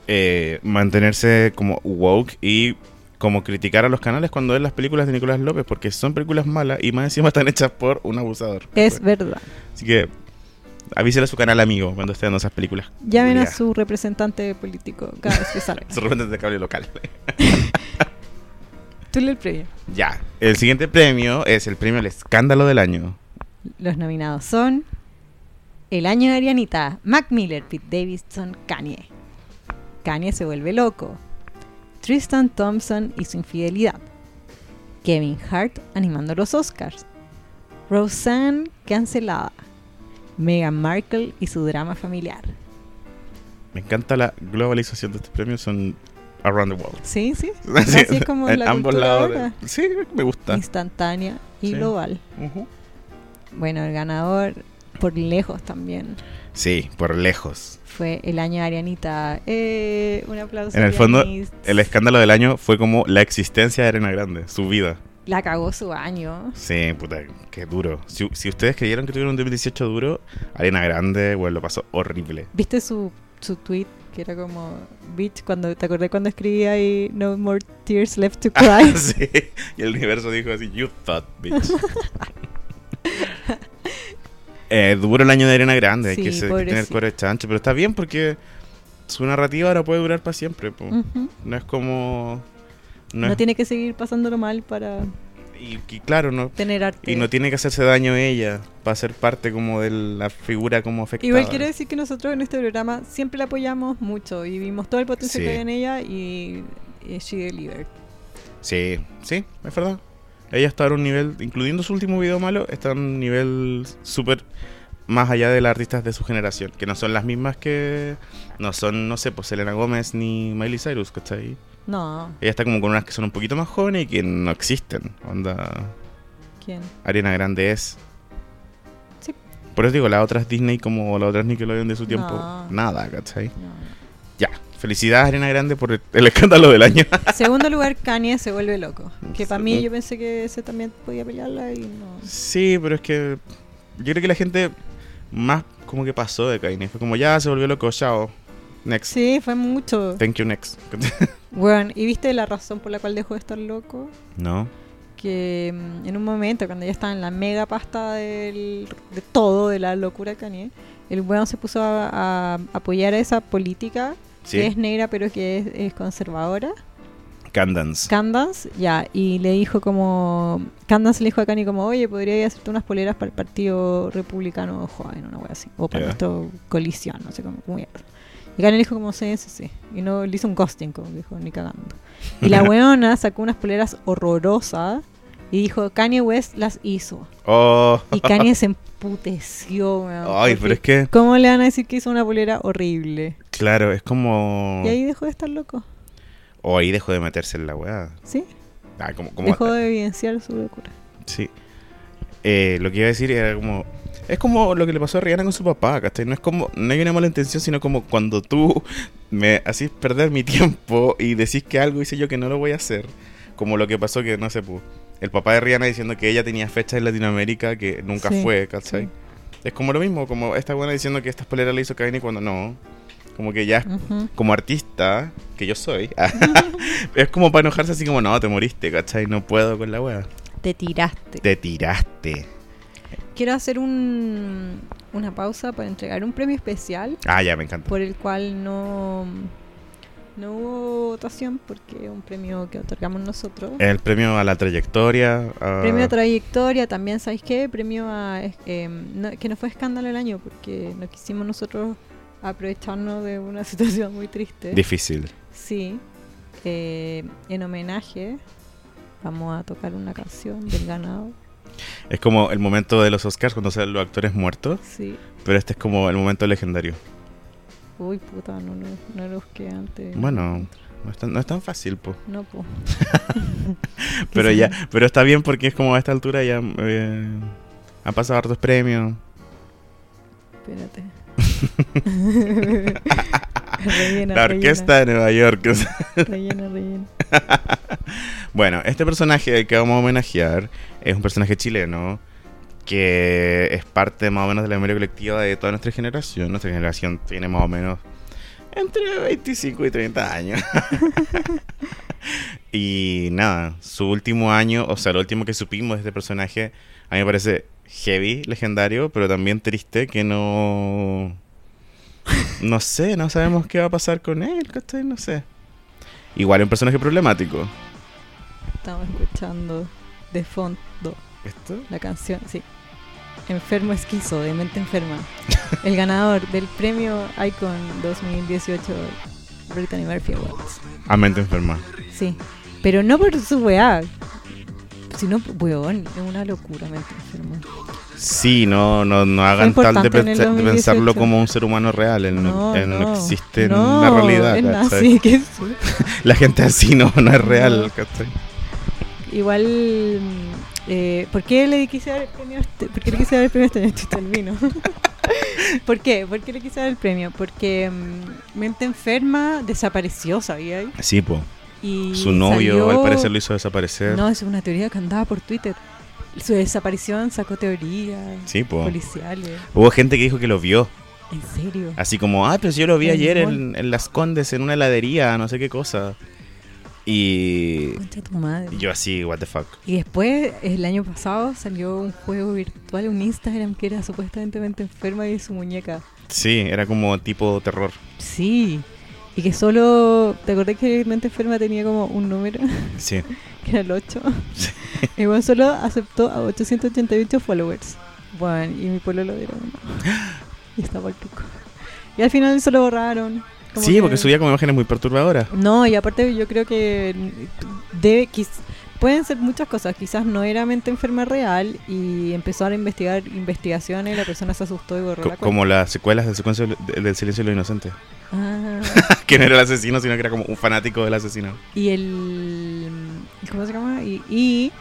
[SPEAKER 2] eh, mantenerse como woke y como criticar a los canales cuando ven las películas de Nicolás López porque son películas malas y más encima están hechas por un abusador.
[SPEAKER 1] Es verdad.
[SPEAKER 2] Así que avísele a su canal amigo cuando esté dando esas películas.
[SPEAKER 1] Llamen a
[SPEAKER 2] Culeadas.
[SPEAKER 1] su representante político cada vez que salga.
[SPEAKER 2] Su repente de cable local.
[SPEAKER 1] Tú le el premio.
[SPEAKER 2] ya. El siguiente premio es el premio al escándalo del año.
[SPEAKER 1] Los nominados son El año de Arianita, Mac Miller, Pete Davidson, Kanye. Kanye se vuelve loco. Tristan Thompson y su infidelidad. Kevin Hart animando los Oscars. Roseanne cancelada. Meghan Markle y su drama familiar.
[SPEAKER 2] Me encanta la globalización de estos premios. Son around the world.
[SPEAKER 1] Sí, sí. Así es como
[SPEAKER 2] En
[SPEAKER 1] la
[SPEAKER 2] ambos
[SPEAKER 1] cultura
[SPEAKER 2] lados. de-
[SPEAKER 1] ahora.
[SPEAKER 2] Sí, me gusta.
[SPEAKER 1] Instantánea y
[SPEAKER 2] Sí.
[SPEAKER 1] global.
[SPEAKER 2] Ujú.
[SPEAKER 1] Bueno, el ganador por lejos también
[SPEAKER 2] Sí, por lejos.
[SPEAKER 1] fue el año de Arianita. Eh, un aplauso.
[SPEAKER 2] En el fondo,
[SPEAKER 1] Arianis.
[SPEAKER 2] El escándalo del año fue como la existencia de Arena Grande, su vida.
[SPEAKER 1] la cagó su año.
[SPEAKER 2] Sí, puta, qué duro. Si, si ustedes creyeron que tuvieron un 2018 duro, Arena Grande, bueno, lo pasó horrible.
[SPEAKER 1] ¿Viste su, su tweet? Que era como, bitch, cuando, ¿te acordé cuando escribí ahí No more tears left to cry?
[SPEAKER 2] Ah, sí. Y el universo dijo así, you thought, bitch. eh, duro el año de Arena Grande,
[SPEAKER 1] Sí,
[SPEAKER 2] que se que tiene el
[SPEAKER 1] pobrecito.
[SPEAKER 2] cuero chancho, pero está bien porque su narrativa ahora puede durar para siempre. po.
[SPEAKER 1] Ujú.
[SPEAKER 2] No es como... No,
[SPEAKER 1] Mm. No,
[SPEAKER 2] es-
[SPEAKER 1] tiene que seguir pasándolo mal para
[SPEAKER 2] y- y claro, no,
[SPEAKER 1] tener arte.
[SPEAKER 2] Y no tiene que hacerse daño ella para ser parte como de la figura como afectada.
[SPEAKER 1] Igual quiero decir que nosotros en este programa siempre la apoyamos mucho y vimos todo el potencial
[SPEAKER 2] Sí.
[SPEAKER 1] que había en ella y, y she delivered.
[SPEAKER 2] Sí, sí, es verdad. Ella está en un nivel, incluyendo su último video malo, está en un nivel súper más allá de las artistas de su generación, que no son las mismas que... No son, no sé, pues Selena Gómez ni Miley Cyrus, ¿cachai?
[SPEAKER 1] No,
[SPEAKER 2] Ella está como con unas que son un poquito más jóvenes y que no existen. Onda,
[SPEAKER 1] ¿quién?
[SPEAKER 2] Arena Grande es...
[SPEAKER 1] Sí.
[SPEAKER 2] Por eso digo, las otras Disney como las otras Nickelodeon de su tiempo,
[SPEAKER 1] No.
[SPEAKER 2] nada, ¿cachai?
[SPEAKER 1] No, no.
[SPEAKER 2] Ya, felicidades Arena Grande por el, el escándalo del año.
[SPEAKER 1] Segundo lugar, Kanye se vuelve loco. Que para mí
[SPEAKER 2] Sí.
[SPEAKER 1] yo pensé que ese también podía pelearla y no.
[SPEAKER 2] sí, pero es que yo creo que la gente más como que pasó de Kanye. Fue como ya se volvió loco, chao. Next.
[SPEAKER 1] Sí, fue mucho.
[SPEAKER 2] Thank you, next.
[SPEAKER 1] Bueno, ¿y viste la razón por la cual dejó de estar loco?
[SPEAKER 2] no.
[SPEAKER 1] Que mm, en un momento, cuando ya estaba en la mega pasta del- de todo, de la locura de Kanye, el weón se puso a, a apoyar esa política que es
[SPEAKER 2] Sí.
[SPEAKER 1] negra pero que es, es conservadora.
[SPEAKER 2] Candance.
[SPEAKER 1] Candance, ya, y le dijo como. Candance le dijo a Kanye como, oye, podría hacerte unas poleras para el partido republicano joven, una wea así, o para
[SPEAKER 2] Ya.
[SPEAKER 1] esto colisión, no sé cómo cómo mierda. Y Kanye le dijo como, sí, sí, sí, y no le hizo un ghosting, como dijo, ni cagando. Y la weona sacó unas poleras horrorosas y dijo, Kanye West las hizo.
[SPEAKER 2] oh.
[SPEAKER 1] Y Kanye se emputeció, weón,
[SPEAKER 2] Ay, pero
[SPEAKER 1] porque
[SPEAKER 2] es que,
[SPEAKER 1] ¿Cómo le van a decir que hizo una polera horrible?
[SPEAKER 2] claro, es como...
[SPEAKER 1] Y ahí dejó de estar loco,
[SPEAKER 2] O ahí dejó de meterse en la weá.
[SPEAKER 1] ¿sí?
[SPEAKER 2] Ah, como... como
[SPEAKER 1] Dejó de evidenciar su locura.
[SPEAKER 2] Sí. eh, lo que iba a decir era como. Es como lo que le pasó a Rihanna con su papá, ¿cachai? No es como. No hay una mala intención, sino como cuando tú me haces perder mi tiempo y decís que algo hice yo que no lo voy a hacer. Como lo que pasó que, no sé, pues, el papá de Rihanna diciendo que ella tenía fechas en Latinoamérica que nunca
[SPEAKER 1] Sí,
[SPEAKER 2] fue, ¿cachai?
[SPEAKER 1] sí.
[SPEAKER 2] Es como lo mismo, como esta buena diciendo que estas poleras le hizo Kanye cuando no. Como que ya es
[SPEAKER 1] Ujú.
[SPEAKER 2] como artista, que yo soy, es como para enojarse así como, no, te moriste, ¿cachai? No puedo con la wea.
[SPEAKER 1] Te tiraste.
[SPEAKER 2] Te tiraste.
[SPEAKER 1] Quiero hacer un, una pausa para entregar un premio especial
[SPEAKER 2] Ah, ya, me encanta.
[SPEAKER 1] por el cual no, no hubo votación porque es un premio que otorgamos nosotros.
[SPEAKER 2] El premio a la trayectoria. ah, a-
[SPEAKER 1] Premio trayectoria también, ¿sabéis qué? Premio a... es- em, no- que no fue escándalo el año porque no quisimos nosotros aprovecharnos de una situación muy triste.
[SPEAKER 2] Difícil.
[SPEAKER 1] Sí. Eh, en homenaje vamos a tocar una canción del ganado.
[SPEAKER 2] Es como el momento de los Oscars cuando salen los actores muertos,
[SPEAKER 1] Sí.
[SPEAKER 2] pero este es como el momento legendario.
[SPEAKER 1] Uy, puta, no, lo- no lo busqué antes.
[SPEAKER 2] Bueno, no es tan, no es tan fácil, po.
[SPEAKER 1] No, pues.
[SPEAKER 2] Pero ya, pero está bien porque es como a esta altura ya eh, han pasado hartos premios.
[SPEAKER 1] Espérate.
[SPEAKER 2] la orquesta de Nueva York. o sea.
[SPEAKER 1] Rellena, rellena.
[SPEAKER 2] Bueno, este personaje al que vamos a homenajear es un personaje chileno que es parte más o menos de la memoria colectiva de toda nuestra generación. Nuestra generación tiene más o menos entre 25 y 30 años. y nada, su último año, o sea, lo último que supimos de este personaje, a mí me parece heavy, legendario, pero también triste que no... No sé, no sabemos qué va a pasar con él, ¿cachai? No sé. Igual es un personaje problemático.
[SPEAKER 1] Estamos escuchando de fondo
[SPEAKER 2] ¿Esto?
[SPEAKER 1] la canción, sí. Enfermo esquizo, de mente enferma. El ganador del premio Icon 2018 Brittany Murphy Awards.
[SPEAKER 2] A Ah, mente enferma.
[SPEAKER 1] Sí. Pero no por su weá. Sino, weón, es una locura mente enferma.
[SPEAKER 2] Sí, no, no, no hagan
[SPEAKER 1] Fue
[SPEAKER 2] tal de,
[SPEAKER 1] importante en el
[SPEAKER 2] pensar- de pensarlo
[SPEAKER 1] 2018.
[SPEAKER 2] como un ser humano real. Él no,
[SPEAKER 1] No,
[SPEAKER 2] él no
[SPEAKER 1] no.
[SPEAKER 2] existe
[SPEAKER 1] No,
[SPEAKER 2] en la realidad.
[SPEAKER 1] es
[SPEAKER 2] ¿cachai?
[SPEAKER 1] nazi, que es-
[SPEAKER 2] La gente así no, no es real.
[SPEAKER 1] No.
[SPEAKER 2] ¿cachai?
[SPEAKER 1] Igual, mm, eh, ¿por qué le quise dar el premio? a Este? ¿Por qué le quise dar el premio a este? Estoy tan vino. ¿Por qué? ¿Por qué le quise dar el premio? Porque mm, Mente Enferma desapareció, ¿sabía?
[SPEAKER 2] Sí, po.
[SPEAKER 1] Y
[SPEAKER 2] Su novio
[SPEAKER 1] salió-
[SPEAKER 2] al parecer lo hizo desaparecer.
[SPEAKER 1] No, es una teoría que andaba por Twitter. Su desaparición sacó teorías
[SPEAKER 2] Sí, po.
[SPEAKER 1] policiales.
[SPEAKER 2] Hubo gente que dijo que lo vio.
[SPEAKER 1] ¿En serio?
[SPEAKER 2] Así como, ah, pero si yo lo vi
[SPEAKER 1] En
[SPEAKER 2] ayer en,
[SPEAKER 1] Limón.
[SPEAKER 2] en Las Condes, en una heladería, no sé qué cosa. Y
[SPEAKER 1] Concha tu madre.
[SPEAKER 2] y yo así, what the fuck.
[SPEAKER 1] Y después, el año pasado, salió un juego virtual, un Instagram que era supuestamente Mente Enferma y su muñeca.
[SPEAKER 2] Sí, era como tipo terror.
[SPEAKER 1] Sí. Y que solo. ¿Te acordás que Mente Enferma tenía como un número?
[SPEAKER 2] Sí.
[SPEAKER 1] Que era el 8.
[SPEAKER 2] Sí.
[SPEAKER 1] Y bueno, solo aceptó a 888 followers. Bueno, y mi pueblo lo dieron. Y estaba el pico. Y al final se lo borraron. Como
[SPEAKER 2] Sí,
[SPEAKER 1] que-
[SPEAKER 2] porque subía como imágenes muy perturbadoras.
[SPEAKER 1] No, y aparte yo creo que. Debe, quiz- pueden ser muchas cosas. Quizás no era Mente Enferma real y empezó a investigar investigaciones. La persona se asustó y borró
[SPEAKER 2] Co-
[SPEAKER 1] la cuenta.
[SPEAKER 2] como las secuelas del, secuencio- de- del Silencio de los Inocentes.
[SPEAKER 1] Ah.
[SPEAKER 2] que no era el asesino, sino que era como un fanático del asesino.
[SPEAKER 1] Y el. ¿Cómo se llama? Y, y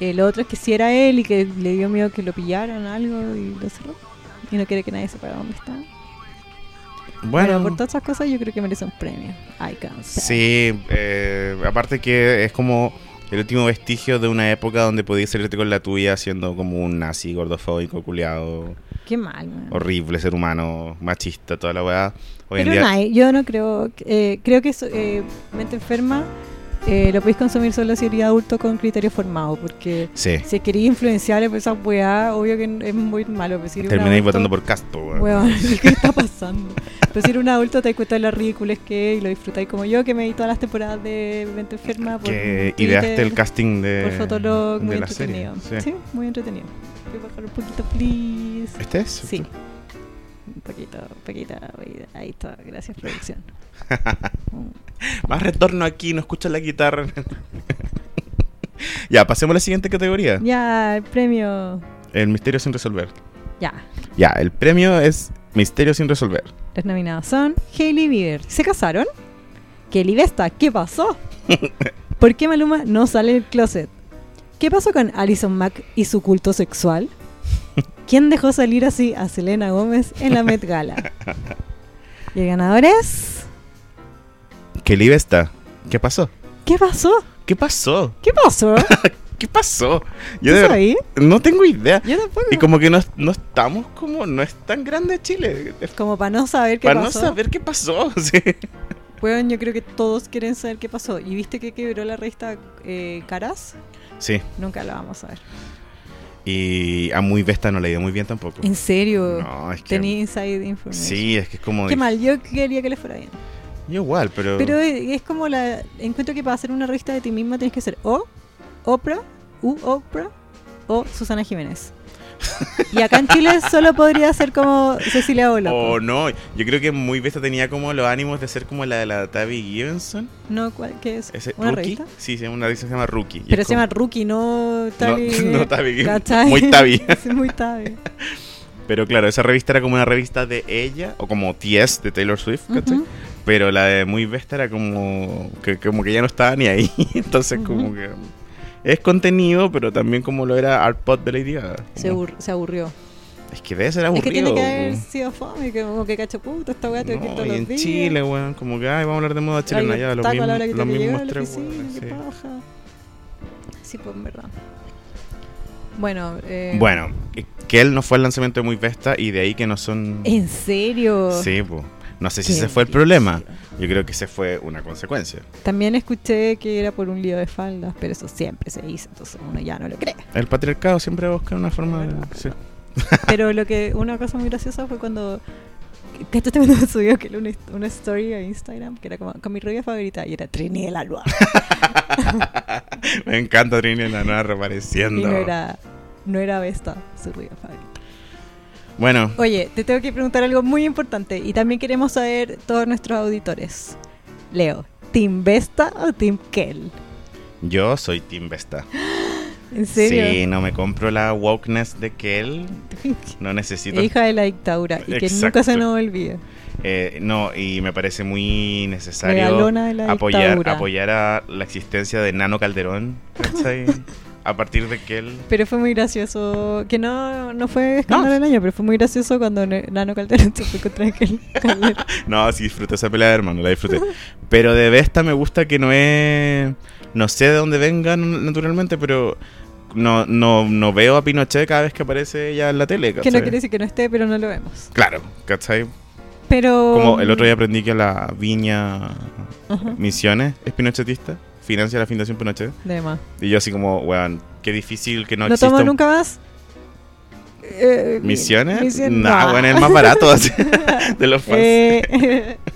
[SPEAKER 1] el otro es que sí era él y que le dio miedo que lo pillaran algo y lo cerró. Y no quiere que nadie sepa dónde está. Bueno, por todas esas cosas yo creo que merece un premio. Icons.
[SPEAKER 2] sí, eh, aparte que es como el último vestigio de una época donde podías salirte con la tuya siendo como un nazi gordofóbico, culiado,
[SPEAKER 1] Qué mal, man.
[SPEAKER 2] horrible ser humano, machista, toda la weá. Hoy en
[SPEAKER 1] Pero
[SPEAKER 2] día.
[SPEAKER 1] nada, yo no creo. que- eh, creo que eso, eh, mente enferma eh, lo podéis consumir solo si eres adulto con criterio formado. Porque
[SPEAKER 2] Sí,
[SPEAKER 1] si queréis influenciar por esa weá, obvio que n- es muy malo. Pero si eres un
[SPEAKER 2] termináis
[SPEAKER 1] adulto-
[SPEAKER 2] votando por Castro, weón.
[SPEAKER 1] Weón, ¿qué está pasando? Pero si eres un adulto te das cuenta de lo ridículo es que es y lo disfrutáis como yo, que me vi todas las temporadas de Mente Enferma por
[SPEAKER 2] Que
[SPEAKER 1] Twitter,
[SPEAKER 2] ideaste el casting de,
[SPEAKER 1] por Fotolog,
[SPEAKER 2] de
[SPEAKER 1] muy
[SPEAKER 2] la serie.
[SPEAKER 1] entretenido. Sí.
[SPEAKER 2] Sí.
[SPEAKER 1] muy entretenido. Voy a bajar un poquito, please.
[SPEAKER 2] ¿Este es?
[SPEAKER 1] Sí. Un poquito, un poquito, un poquito. ahí está, gracias producción.
[SPEAKER 2] Más retorno aquí, no escuchas la guitarra. ya, pasemos a la siguiente categoría.
[SPEAKER 1] ya, el premio.
[SPEAKER 2] El misterio sin resolver.
[SPEAKER 1] Ya,
[SPEAKER 2] Ya, el premio es misterio sin resolver.
[SPEAKER 1] los nominados son Hailey Bieber. ¿Se casaron? Kelly Vesta, ¿qué pasó? ¿Por qué Maluma no sale del closet? ¿Qué pasó con Alison Mack y su culto sexual? ¿Quién dejó salir así a Selena Gómez en la Met Gala? y el ganador es.
[SPEAKER 2] ¿Qué libre está? ¿Qué pasó?
[SPEAKER 1] ¿Qué pasó?
[SPEAKER 2] ¿Qué pasó?
[SPEAKER 1] ¿Qué pasó?
[SPEAKER 2] ¿Qué pasó?
[SPEAKER 1] ¿Yo
[SPEAKER 2] de verdad-
[SPEAKER 1] sabí?
[SPEAKER 2] no tengo idea.
[SPEAKER 1] Yo tampoco.
[SPEAKER 2] Y como que no, no estamos como, no es tan grande Chile. Es
[SPEAKER 1] Como para no saber qué
[SPEAKER 2] Para
[SPEAKER 1] pasó.
[SPEAKER 2] no saber qué pasó. sí.
[SPEAKER 1] Weón, yo creo que todos quieren saber qué pasó. ¿Y viste que quebró la revista eh, Caras?
[SPEAKER 2] Sí.
[SPEAKER 1] Nunca la vamos a ver.
[SPEAKER 2] Y a muy Vesta no le ha ido muy bien tampoco.
[SPEAKER 1] ¿En serio?
[SPEAKER 2] No, es que.
[SPEAKER 1] Tenía inside information.
[SPEAKER 2] Sí, es que es como.
[SPEAKER 1] Qué mal, yo quería que le fuera bien.
[SPEAKER 2] Yo igual, pero.
[SPEAKER 1] Pero eh, es como la. Encuentro que para hacer una revista de ti misma tienes que ser o Oprah, u Oprah o Susana Jiménez. Y acá en Chile solo podría ser como Cecilia Boloco.
[SPEAKER 2] O no, yo creo que muy Vesta tenía como los ánimos de ser como la de la Tabby Gibson.
[SPEAKER 1] No, ¿cuál, ¿qué es?
[SPEAKER 2] Ese,
[SPEAKER 1] ¿Una
[SPEAKER 2] Rookie.
[SPEAKER 1] revista?
[SPEAKER 2] Sí, sí, una revista que se llama Rookie. Y
[SPEAKER 1] Pero
[SPEAKER 2] es
[SPEAKER 1] se
[SPEAKER 2] como-
[SPEAKER 1] llama Rookie, no Tabi.
[SPEAKER 2] No, no Tabi Gibson.
[SPEAKER 1] ¿Cachai?
[SPEAKER 2] Muy Tabi.
[SPEAKER 1] Es muy Tabi.
[SPEAKER 2] Pero claro, esa revista era como una revista de ella, o como Ties de Taylor Swift, ¿cachai?
[SPEAKER 1] Ujú.
[SPEAKER 2] Pero la de Muy Vesta era como que, como que ya no estaba ni ahí. Entonces, como
[SPEAKER 1] Ujú.
[SPEAKER 2] que. Es contenido, pero también como lo era Art Pot de Lady Gaga.
[SPEAKER 1] Se,
[SPEAKER 2] Como-
[SPEAKER 1] abur- se aburrió.
[SPEAKER 2] Es que debe ser aburrido.
[SPEAKER 1] Es que tiene que haber
[SPEAKER 2] po.
[SPEAKER 1] sido fome, que como que cacho puto, esta weá tengo que ir
[SPEAKER 2] No,
[SPEAKER 1] todos
[SPEAKER 2] y
[SPEAKER 1] los
[SPEAKER 2] en
[SPEAKER 1] días.
[SPEAKER 2] Chile, weón, como que ay, vamos a hablar de moda chilena,
[SPEAKER 1] Ay,
[SPEAKER 2] ya, los
[SPEAKER 1] taco a la
[SPEAKER 2] mismos,
[SPEAKER 1] hora que
[SPEAKER 2] los
[SPEAKER 1] tengo que
[SPEAKER 2] mismos
[SPEAKER 1] llegar a la
[SPEAKER 2] tres,
[SPEAKER 1] oficina,
[SPEAKER 2] weón,
[SPEAKER 1] qué
[SPEAKER 2] sí.
[SPEAKER 1] paja. Sí, pues en verdad. Bueno, eh,
[SPEAKER 2] Bueno, que él no fue el lanzamiento de Muy Vesta y de ahí que no son...
[SPEAKER 1] ¿En serio?
[SPEAKER 2] Sí, po. No sé si
[SPEAKER 1] Qué
[SPEAKER 2] ese fue el
[SPEAKER 1] brígido.
[SPEAKER 2] problema. Yo creo que ese fue una consecuencia.
[SPEAKER 1] También escuché que era por un lío de faldas, pero eso siempre se dice, entonces uno ya no lo cree.
[SPEAKER 2] El patriarcado siempre busca una forma de... sí.
[SPEAKER 1] Pero lo que una cosa muy graciosa fue cuando ¿Cachaste cuando subió que era una, una story a Instagram que era como con mi rubia favorita y era Trini del Alba?
[SPEAKER 2] Me encanta Trini la nueva
[SPEAKER 1] Y
[SPEAKER 2] reapareciendo.
[SPEAKER 1] no era no era Vesta, su rubia favorita.
[SPEAKER 2] Bueno,
[SPEAKER 1] Oye, te tengo que preguntar algo muy importante y también queremos saber todos nuestros auditores. Leo, ¿Team Vesta o Team Kel?
[SPEAKER 2] yo soy Team Vesta.
[SPEAKER 1] ¿En serio?
[SPEAKER 2] Sí, no me compro la wokeness de Kel. No necesito...
[SPEAKER 1] Hija de la dictadura y que nunca
[SPEAKER 2] Exacto.
[SPEAKER 1] se nos olvide.
[SPEAKER 2] Eh, no, y me parece muy necesario...
[SPEAKER 1] Megalona de la
[SPEAKER 2] apoyar,
[SPEAKER 1] dictadura.
[SPEAKER 2] apoyar a la existencia de Nano Calderón, ¿cachai? a partir de que él...
[SPEAKER 1] Pero fue muy gracioso, que no, no fue escándalo del año, pero fue muy gracioso cuando Ne- Nano Calderón se fue contra Kel. Calderón.
[SPEAKER 2] No, sí disfruté esa pelea, hermano, la disfruté. Pero de Vesta me gusta que no es... No sé de dónde venga, n- naturalmente, pero... No, no, no veo a Pinochet cada vez que aparece ella en la tele,
[SPEAKER 1] que no
[SPEAKER 2] ¿cachai?
[SPEAKER 1] quiere decir que no esté, pero no lo vemos.
[SPEAKER 2] Claro, ¿cachai?
[SPEAKER 1] Pero...
[SPEAKER 2] Como el otro día aprendí que la Viña
[SPEAKER 1] Ajá,
[SPEAKER 2] Misiones es pinochetista, financia la Fundación Pinochet.
[SPEAKER 1] de más.
[SPEAKER 2] Y yo así como, weón, qué difícil que no,
[SPEAKER 1] No,
[SPEAKER 2] exista
[SPEAKER 1] tomo
[SPEAKER 2] un-
[SPEAKER 1] nunca más... eh,
[SPEAKER 2] ¿Misiones?
[SPEAKER 1] Misiones,
[SPEAKER 2] Nah,
[SPEAKER 1] no.
[SPEAKER 2] bueno, el más barato así, de los fans.
[SPEAKER 1] Eh,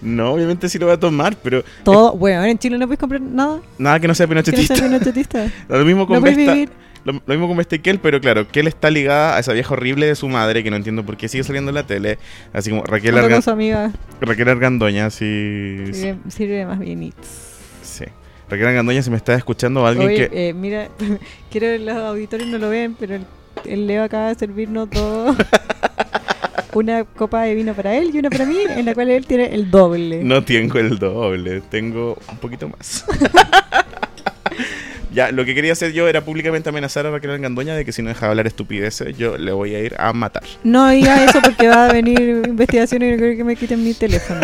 [SPEAKER 2] No, obviamente sí lo voy a tomar, pero
[SPEAKER 1] todo, bueno, en Chile no puedes comprar nada.
[SPEAKER 2] nada que no sea
[SPEAKER 1] Que no
[SPEAKER 2] pinochetista.
[SPEAKER 1] sea pinochetista.
[SPEAKER 2] Lo mismo
[SPEAKER 1] No
[SPEAKER 2] con
[SPEAKER 1] puedes
[SPEAKER 2] Vesta,
[SPEAKER 1] vivir.
[SPEAKER 2] lo, lo mismo con Vesta y Kel, pero claro, Kel está ligada a esa vieja horrible de su madre que no entiendo por qué sigue saliendo en la tele, así como Raquel,
[SPEAKER 1] Ando
[SPEAKER 2] Argan-
[SPEAKER 1] con su amiga.
[SPEAKER 2] Raquel Argandoña, sí, sí,
[SPEAKER 1] Sirve, sirve más bienits.
[SPEAKER 2] sí. Raquel Argandoña si me está escuchando alguien
[SPEAKER 1] Oye,
[SPEAKER 2] que
[SPEAKER 1] eh, mira, quiero que los auditores no lo ven, pero el, el Leo acaba de servirnos todo. una copa de vino para él y una para mí, en la cual él tiene el doble.
[SPEAKER 2] no tengo el doble, tengo un poquito más. ya, lo que quería hacer yo era públicamente amenazar a Raquel Argandoña de que si no deja de hablar estupideces, yo le voy a ir a matar.
[SPEAKER 1] No diga eso porque va a venir investigación y no creo que me quiten mi teléfono.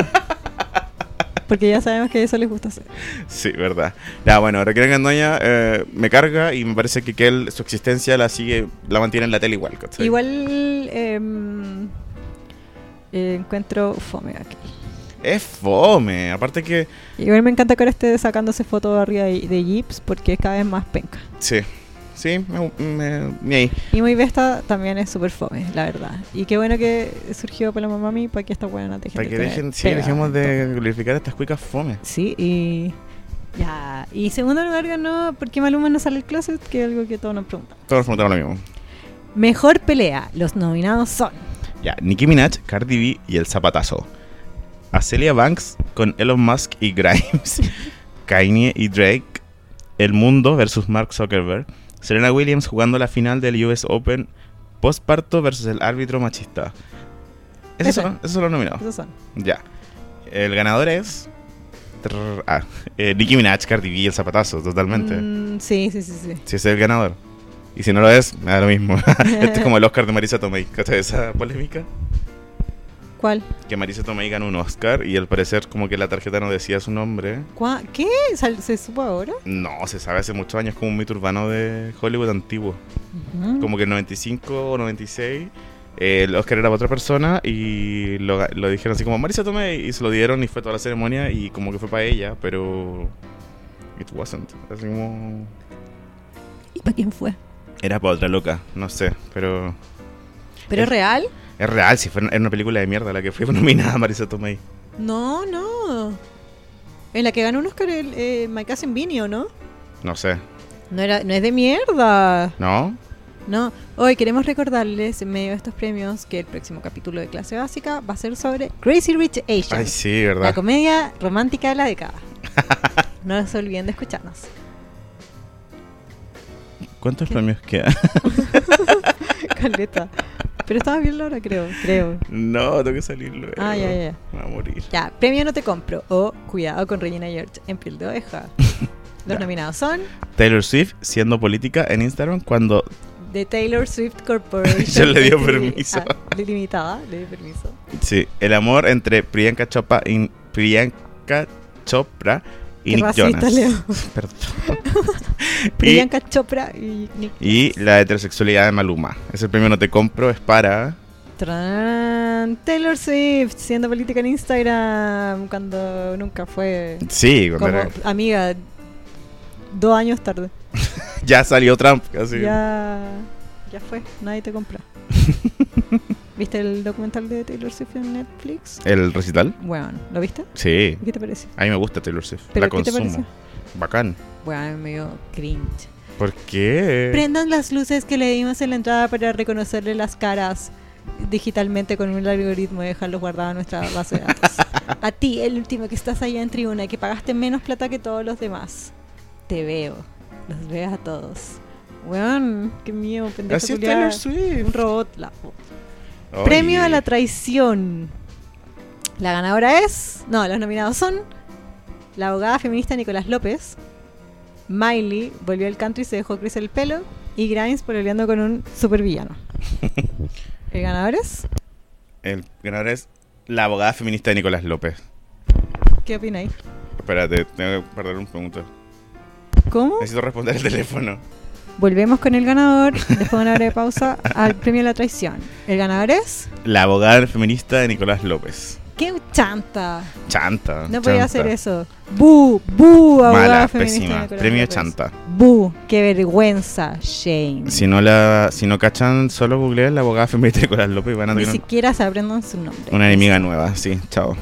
[SPEAKER 1] Porque ya sabemos que eso les gusta hacer.
[SPEAKER 2] Sí, verdad. Ya, bueno, Raquel Gandoña eh, me carga y me parece que Kel, su existencia la sigue, la mantiene en la tele igual, ¿cachai?
[SPEAKER 1] Igual em, eh, encuentro fome aquí.
[SPEAKER 2] Es fome. Aparte que.
[SPEAKER 1] Igual me encanta que ahora esté sacándose fotos arriba de, de jeeps porque es cada vez más penca.
[SPEAKER 2] Sí. Sí, me, me- ni ahí.
[SPEAKER 1] Y muy besta también es súper fome, la verdad. Y qué bueno que surgió Paloma Mami para que esta buena no dejen
[SPEAKER 2] Para
[SPEAKER 1] de
[SPEAKER 2] que
[SPEAKER 1] tener
[SPEAKER 2] dejen, sí,
[SPEAKER 1] pega
[SPEAKER 2] dejemos
[SPEAKER 1] en
[SPEAKER 2] de
[SPEAKER 1] todo.
[SPEAKER 2] glorificar estas cuicas fome.
[SPEAKER 1] Sí, y. Ya. Y segundo lugar ganó ¿Por qué Maluma no sale el closet? Que es algo que todos nos preguntan.
[SPEAKER 2] Todos preguntaron lo mismo.
[SPEAKER 1] Mejor pelea. Los nominados son.
[SPEAKER 2] Ya, Nicki Minaj, Cardi B y el zapatazo. A Celia Banks con Elon Musk y Grimes. Kanye y Drake. El mundo versus Mark Zuckerberg. Serena Williams jugando la final del US Open. Postparto versus el árbitro machista. Esos
[SPEAKER 1] Ese.
[SPEAKER 2] son, esos son los nominados.
[SPEAKER 1] Esos son.
[SPEAKER 2] Ya. El ganador es. trrr, ah, eh, Nicki Minaj, Cardi B y el zapatazo, totalmente.
[SPEAKER 1] Mm, sí, sí, sí, sí.
[SPEAKER 2] Si ese es el ganador. Y si no lo es, me da lo mismo. este es como el Oscar de Marisa Tomei. ¿Cachai esa polémica?
[SPEAKER 1] ¿Cuál?
[SPEAKER 2] Que Marisa Tomei ganó un Oscar y al parecer como que la tarjeta no decía su nombre.
[SPEAKER 1] ¿Cuá- ¿Qué? ¿Sal- ¿Se supo ahora?
[SPEAKER 2] No, se sabe hace muchos años como un mito urbano de Hollywood antiguo.
[SPEAKER 1] Ujú.
[SPEAKER 2] Como que el 95 o 96 eh, el Oscar era para otra persona y lo, ga- lo dijeron así como Marisa Tomei y se lo dieron y fue toda la ceremonia y como que fue para ella, pero... It wasn't. Así como...
[SPEAKER 1] ¿Y para quién fue?
[SPEAKER 2] Era para otra loca, no sé, pero...
[SPEAKER 1] ¿Pero es
[SPEAKER 2] Es-
[SPEAKER 1] real?
[SPEAKER 2] Es real, si fue era una película de mierda la que fue nominada Marisa Tomei.
[SPEAKER 1] No, no. En la que ganó un Oscar el, eh, My Cousin Vinny, ¿o no?
[SPEAKER 2] No sé.
[SPEAKER 1] No, era, no es de mierda.
[SPEAKER 2] ¿No?
[SPEAKER 1] No, hoy queremos recordarles en medio de estos premios que el próximo capítulo de clase básica va a ser sobre Crazy Rich Asians,
[SPEAKER 2] Ay, sí,
[SPEAKER 1] la
[SPEAKER 2] ¿verdad?
[SPEAKER 1] comedia romántica de la década. No se olviden de escucharnos.
[SPEAKER 2] ¿Cuántos
[SPEAKER 1] ¿Qué?
[SPEAKER 2] premios queda?
[SPEAKER 1] Caleta. Pero estaba bien Laura, creo, creo.
[SPEAKER 2] no, tengo que salir luego.
[SPEAKER 1] Ah, ya, ya, ya.
[SPEAKER 2] Me voy a morir.
[SPEAKER 1] Ya, premio no te compro o cuidado con Regina George en piel de oveja. Los
[SPEAKER 2] Ya.
[SPEAKER 1] nominados son
[SPEAKER 2] Taylor Swift siendo política en Instagram cuando
[SPEAKER 1] The Taylor Swift Corporation.
[SPEAKER 2] Ya le dio
[SPEAKER 1] Ltd.
[SPEAKER 2] permiso.
[SPEAKER 1] Ah, limitada, le dio permiso.
[SPEAKER 2] sí, el amor entre Priyanka Chopra y Priyanka Chopra y
[SPEAKER 1] Qué
[SPEAKER 2] Nick
[SPEAKER 1] racista,
[SPEAKER 2] Jonas.
[SPEAKER 1] Leo.
[SPEAKER 2] Perdón. y,
[SPEAKER 1] Priyanka Chopra y Nick.
[SPEAKER 2] y la heterosexualidad de Maluma. Ese premio no te compro es para
[SPEAKER 1] Tarán, Taylor Swift siendo política en Instagram cuando nunca fue.
[SPEAKER 2] Sí, cuando
[SPEAKER 1] Como
[SPEAKER 2] era-
[SPEAKER 1] amiga, dos años tarde.
[SPEAKER 2] ya salió Trump casi.
[SPEAKER 1] Ya, ya fue, nadie te compra. ¿Viste el documental de Taylor Swift en Netflix?
[SPEAKER 2] El recital.
[SPEAKER 1] Bueno, ¿lo viste?
[SPEAKER 2] Sí.
[SPEAKER 1] ¿Y ¿Qué te pareció?
[SPEAKER 2] A mí me gusta Taylor Swift.
[SPEAKER 1] ¿Pero
[SPEAKER 2] la
[SPEAKER 1] qué te
[SPEAKER 2] consumo. Bacán.
[SPEAKER 1] Bueno, me dio cringe.
[SPEAKER 2] ¿Por qué?
[SPEAKER 1] Prendan las luces que le dimos en la entrada para reconocerle las caras digitalmente con un algoritmo y dejarlos guardados en nuestra base de datos. A ti, el último que estás allá en tribuna y que pagaste menos plata que todos los demás. Te veo. Los veo a todos. Weón, qué miedo, pendejo.
[SPEAKER 2] Así es
[SPEAKER 1] culiao. Un
[SPEAKER 2] Taylor Swift.
[SPEAKER 1] robot. La... po-
[SPEAKER 2] Oye.
[SPEAKER 1] Premio a la traición. La ganadora es. No, los nominados son. La abogada feminista Nicolás López. Miley volvió al country y se dejó crecer el pelo. Y Grimes pololeando con un supervillano. ¿El ganador es?
[SPEAKER 2] El ganador es la abogada feminista de Nicolás López.
[SPEAKER 1] ¿Qué opináis?
[SPEAKER 2] Espérate, tengo que perder un punto.
[SPEAKER 1] ¿Cómo?
[SPEAKER 2] Necesito responder el teléfono.
[SPEAKER 1] Volvemos con el ganador, después de una breve pausa, al premio a la traición. ¿El ganador es?
[SPEAKER 2] La abogada feminista de Nicolás López.
[SPEAKER 1] ¡Qué chanta!
[SPEAKER 2] Chanta.
[SPEAKER 1] No podía
[SPEAKER 2] chanta.
[SPEAKER 1] hacer eso. ¡Bu! ¡Bu! Abogada
[SPEAKER 2] Mala,
[SPEAKER 1] feminista
[SPEAKER 2] pésima.
[SPEAKER 1] Nicolás
[SPEAKER 2] Premio
[SPEAKER 1] López.
[SPEAKER 2] Chanta.
[SPEAKER 1] ¡Bu! ¡Qué vergüenza! ¡Shame!
[SPEAKER 2] Si no la, si no cachan, solo googleen la abogada feminista de Nicolás López y van a
[SPEAKER 1] Ni
[SPEAKER 2] tener
[SPEAKER 1] siquiera se aprendan su nombre.
[SPEAKER 2] una enemiga nueva. Sí, chao.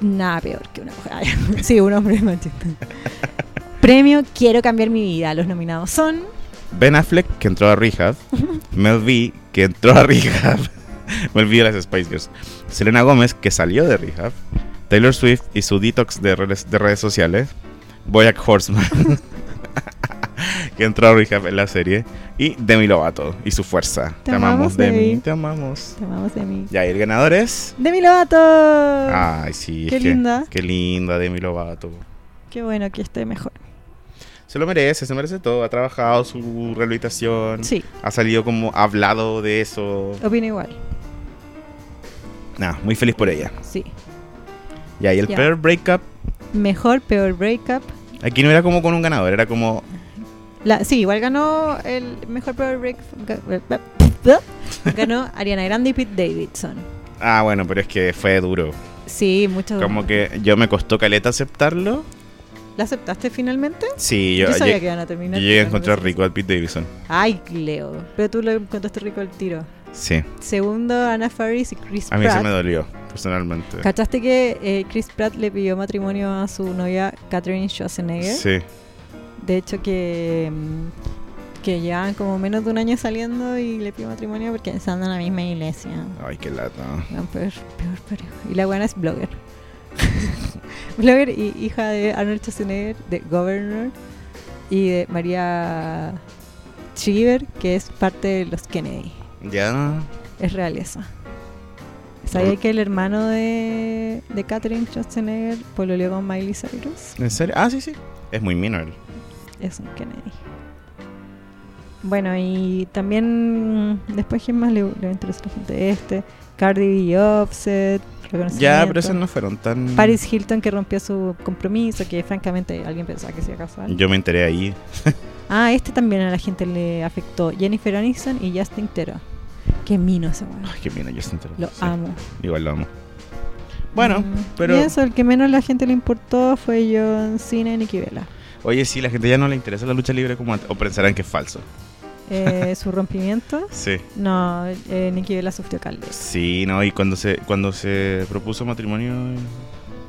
[SPEAKER 1] Nada peor que una mujer. sí, un hombre machista. Premio Quiero cambiar mi vida. Los nominados son.
[SPEAKER 2] Ben Affleck, que entró a Rehab. Mel B, que entró a Rehab. Mel B de las Spice Girls. Selena Gómez, que salió de Rehab. Taylor Swift y su detox de redes, de redes sociales. Boyack Horseman, que entró a Rehab en la serie. Y Demi Lovato y su fuerza.
[SPEAKER 1] Te amamos, Demi.
[SPEAKER 2] Te amamos.
[SPEAKER 1] Te amamos de mí.
[SPEAKER 2] Ya, y el ganador es.
[SPEAKER 1] Demi Lovato.
[SPEAKER 2] Ay, sí. es
[SPEAKER 1] Ah, qué
[SPEAKER 2] que-
[SPEAKER 1] linda.
[SPEAKER 2] Qué linda, Demi Lovato.
[SPEAKER 1] Qué bueno que esté mejor.
[SPEAKER 2] Se lo merece, se merece todo. Ha trabajado su rehabilitación.
[SPEAKER 1] Sí,
[SPEAKER 2] Ha salido como ha hablado de eso.
[SPEAKER 1] opino igual.
[SPEAKER 2] Nada, muy feliz por ella.
[SPEAKER 1] Sí.
[SPEAKER 2] Ya, y el
[SPEAKER 1] Ya.
[SPEAKER 2] peor breakup,
[SPEAKER 1] Mejor, peor breakup.
[SPEAKER 2] aquí no era como con un ganador, era como
[SPEAKER 1] La, sí, igual ganó el mejor peor breakup. eh, Ganó Ariana Grande y Pete Davidson.
[SPEAKER 2] Ah, bueno, pero es que fue duro.
[SPEAKER 1] Sí, muchas
[SPEAKER 2] Como que yo me costó caleta aceptarlo.
[SPEAKER 1] ¿La aceptaste finalmente?
[SPEAKER 2] Sí,
[SPEAKER 1] Yo,
[SPEAKER 2] yo,
[SPEAKER 1] sabía
[SPEAKER 2] lle-
[SPEAKER 1] que iban a terminar.
[SPEAKER 2] yo llegué a
[SPEAKER 1] cuando
[SPEAKER 2] encontrar
[SPEAKER 1] se-
[SPEAKER 2] rico al Pete Davidson.
[SPEAKER 1] Ay, Leo. Pero tú lo encontraste rico el tiro.
[SPEAKER 2] Sí,
[SPEAKER 1] Segundo, Anna Faris y Chris
[SPEAKER 2] a mí se
[SPEAKER 1] Pratt.
[SPEAKER 2] me dolió, personalmente.
[SPEAKER 1] ¿Cachaste que eh, Chris Pratt le pidió matrimonio a su novia Katherine Schwarzenegger?
[SPEAKER 2] Sí,
[SPEAKER 1] De hecho que, mm, que llevan como menos de un año saliendo y le pidió matrimonio porque están en la misma iglesia.
[SPEAKER 2] ay, qué lata.
[SPEAKER 1] Weón, peor, peor pareja. Y la buena es blogger. blogger y hija de Arnold Schwarzenegger, de Governor, y de María Shriver, que es parte de los Kennedy.
[SPEAKER 2] Ya,
[SPEAKER 1] Es realeza. ¿Sabía
[SPEAKER 2] Mm.
[SPEAKER 1] que el hermano de, de Katherine Schwarzenegger pololeó con Miley Cyrus?
[SPEAKER 2] ¿en serio? Ah, sí, sí. Es muy minor.
[SPEAKER 1] Es un Kennedy. Bueno, y también mm, después quién más le, le interesa a la gente este, Cardi B y Offset,
[SPEAKER 2] Ya,
[SPEAKER 1] reconocimiento.
[SPEAKER 2] pero esas no fueron tan.
[SPEAKER 1] Paris Hilton que rompió su compromiso, que francamente alguien pensaba que se iba a casar.
[SPEAKER 2] Yo me enteré ahí.
[SPEAKER 1] Ah, este también a la gente le afectó. Jennifer Aniston y Justin Tero. Qué mino ese weón.
[SPEAKER 2] Ay, qué bien, yo enteré.
[SPEAKER 1] Lo
[SPEAKER 2] Sí,
[SPEAKER 1] amo.
[SPEAKER 2] Igual lo amo. Bueno,
[SPEAKER 1] Mm,
[SPEAKER 2] pero.
[SPEAKER 1] Y eso, el que menos la gente le importó fue John Cena y Nikki Vela.
[SPEAKER 2] Oye, sí, la gente ya no le interesa la lucha libre como antes. O pensarán que es falso.
[SPEAKER 1] Eh, su rompimiento.
[SPEAKER 2] Sí.
[SPEAKER 1] No, eh, Nikki Vela sufrió caldo.
[SPEAKER 2] Sí, no, y cuando se cuando se propuso matrimonio. eh,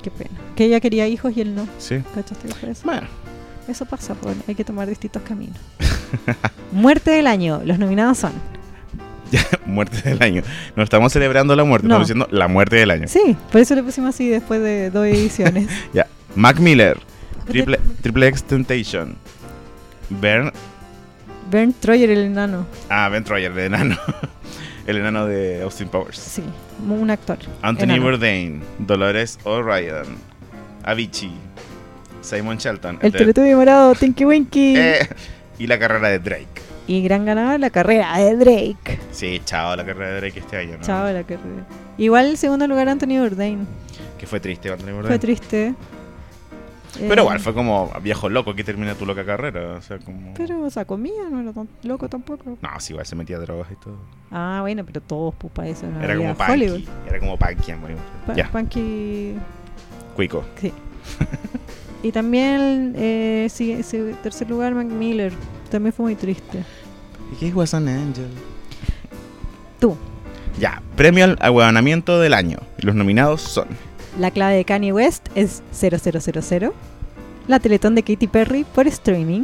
[SPEAKER 1] Qué pena. Que ella quería hijos y él no.
[SPEAKER 2] Sí.
[SPEAKER 1] ¿Cachaste que fue eso?
[SPEAKER 2] Bueno,
[SPEAKER 1] Eso pasa, pues, hay que tomar distintos caminos. Muerte del año. Los nominados son.
[SPEAKER 2] muerte del año. No estamos celebrando la muerte,
[SPEAKER 1] No.
[SPEAKER 2] estamos diciendo la muerte del año.
[SPEAKER 1] Sí, por eso le pusimos así después de dos ediciones.
[SPEAKER 2] Ya. Mac Miller, Triple, triple X Temptation. Bern.
[SPEAKER 1] Bernd Troyer, el enano.
[SPEAKER 2] Ah, Ben Troyer, el enano. El enano de Austin Powers.
[SPEAKER 1] Sí, un actor.
[SPEAKER 2] Anthony
[SPEAKER 1] enano.
[SPEAKER 2] Bourdain, Dolores O'Riordan, Avicii, Simon Shelton.
[SPEAKER 1] El Teletubby morado, Tinky Winky.
[SPEAKER 2] Eh, y la carrera de Drake.
[SPEAKER 1] Y gran ganador, la carrera de Drake.
[SPEAKER 2] Sí, chao, la carrera de Drake este año, ¿no?
[SPEAKER 1] Chao, la carrera. Igual el segundo lugar, Anthony Bourdain.
[SPEAKER 2] Que fue triste, Anthony Bourdain.
[SPEAKER 1] Fue triste. Eh,
[SPEAKER 2] Pero igual, fue como viejo loco que termina tu loca carrera. O sea, como.
[SPEAKER 1] Pero, o sea, comía, no era tan loco tampoco.
[SPEAKER 2] No, sí, igual se metía drogas y todo.
[SPEAKER 1] Ah, bueno, pero todos, pues, para eso. No
[SPEAKER 2] Era
[SPEAKER 1] había
[SPEAKER 2] como, punky,
[SPEAKER 1] Hollywood.
[SPEAKER 2] era como punky. muy-
[SPEAKER 1] Pa-
[SPEAKER 2] Ya,
[SPEAKER 1] Punky.
[SPEAKER 2] cuico.
[SPEAKER 1] Sí. y también, eh, sigue- sigue- tercer lugar, Mac Miller. También fue muy triste.
[SPEAKER 2] He was an angel.
[SPEAKER 1] Tú,
[SPEAKER 2] Ya, premio al aguadonamiento del año. Y Los nominados son.
[SPEAKER 1] la clave de Kanye West es 0000. La Teletón de Katy Perry por streaming.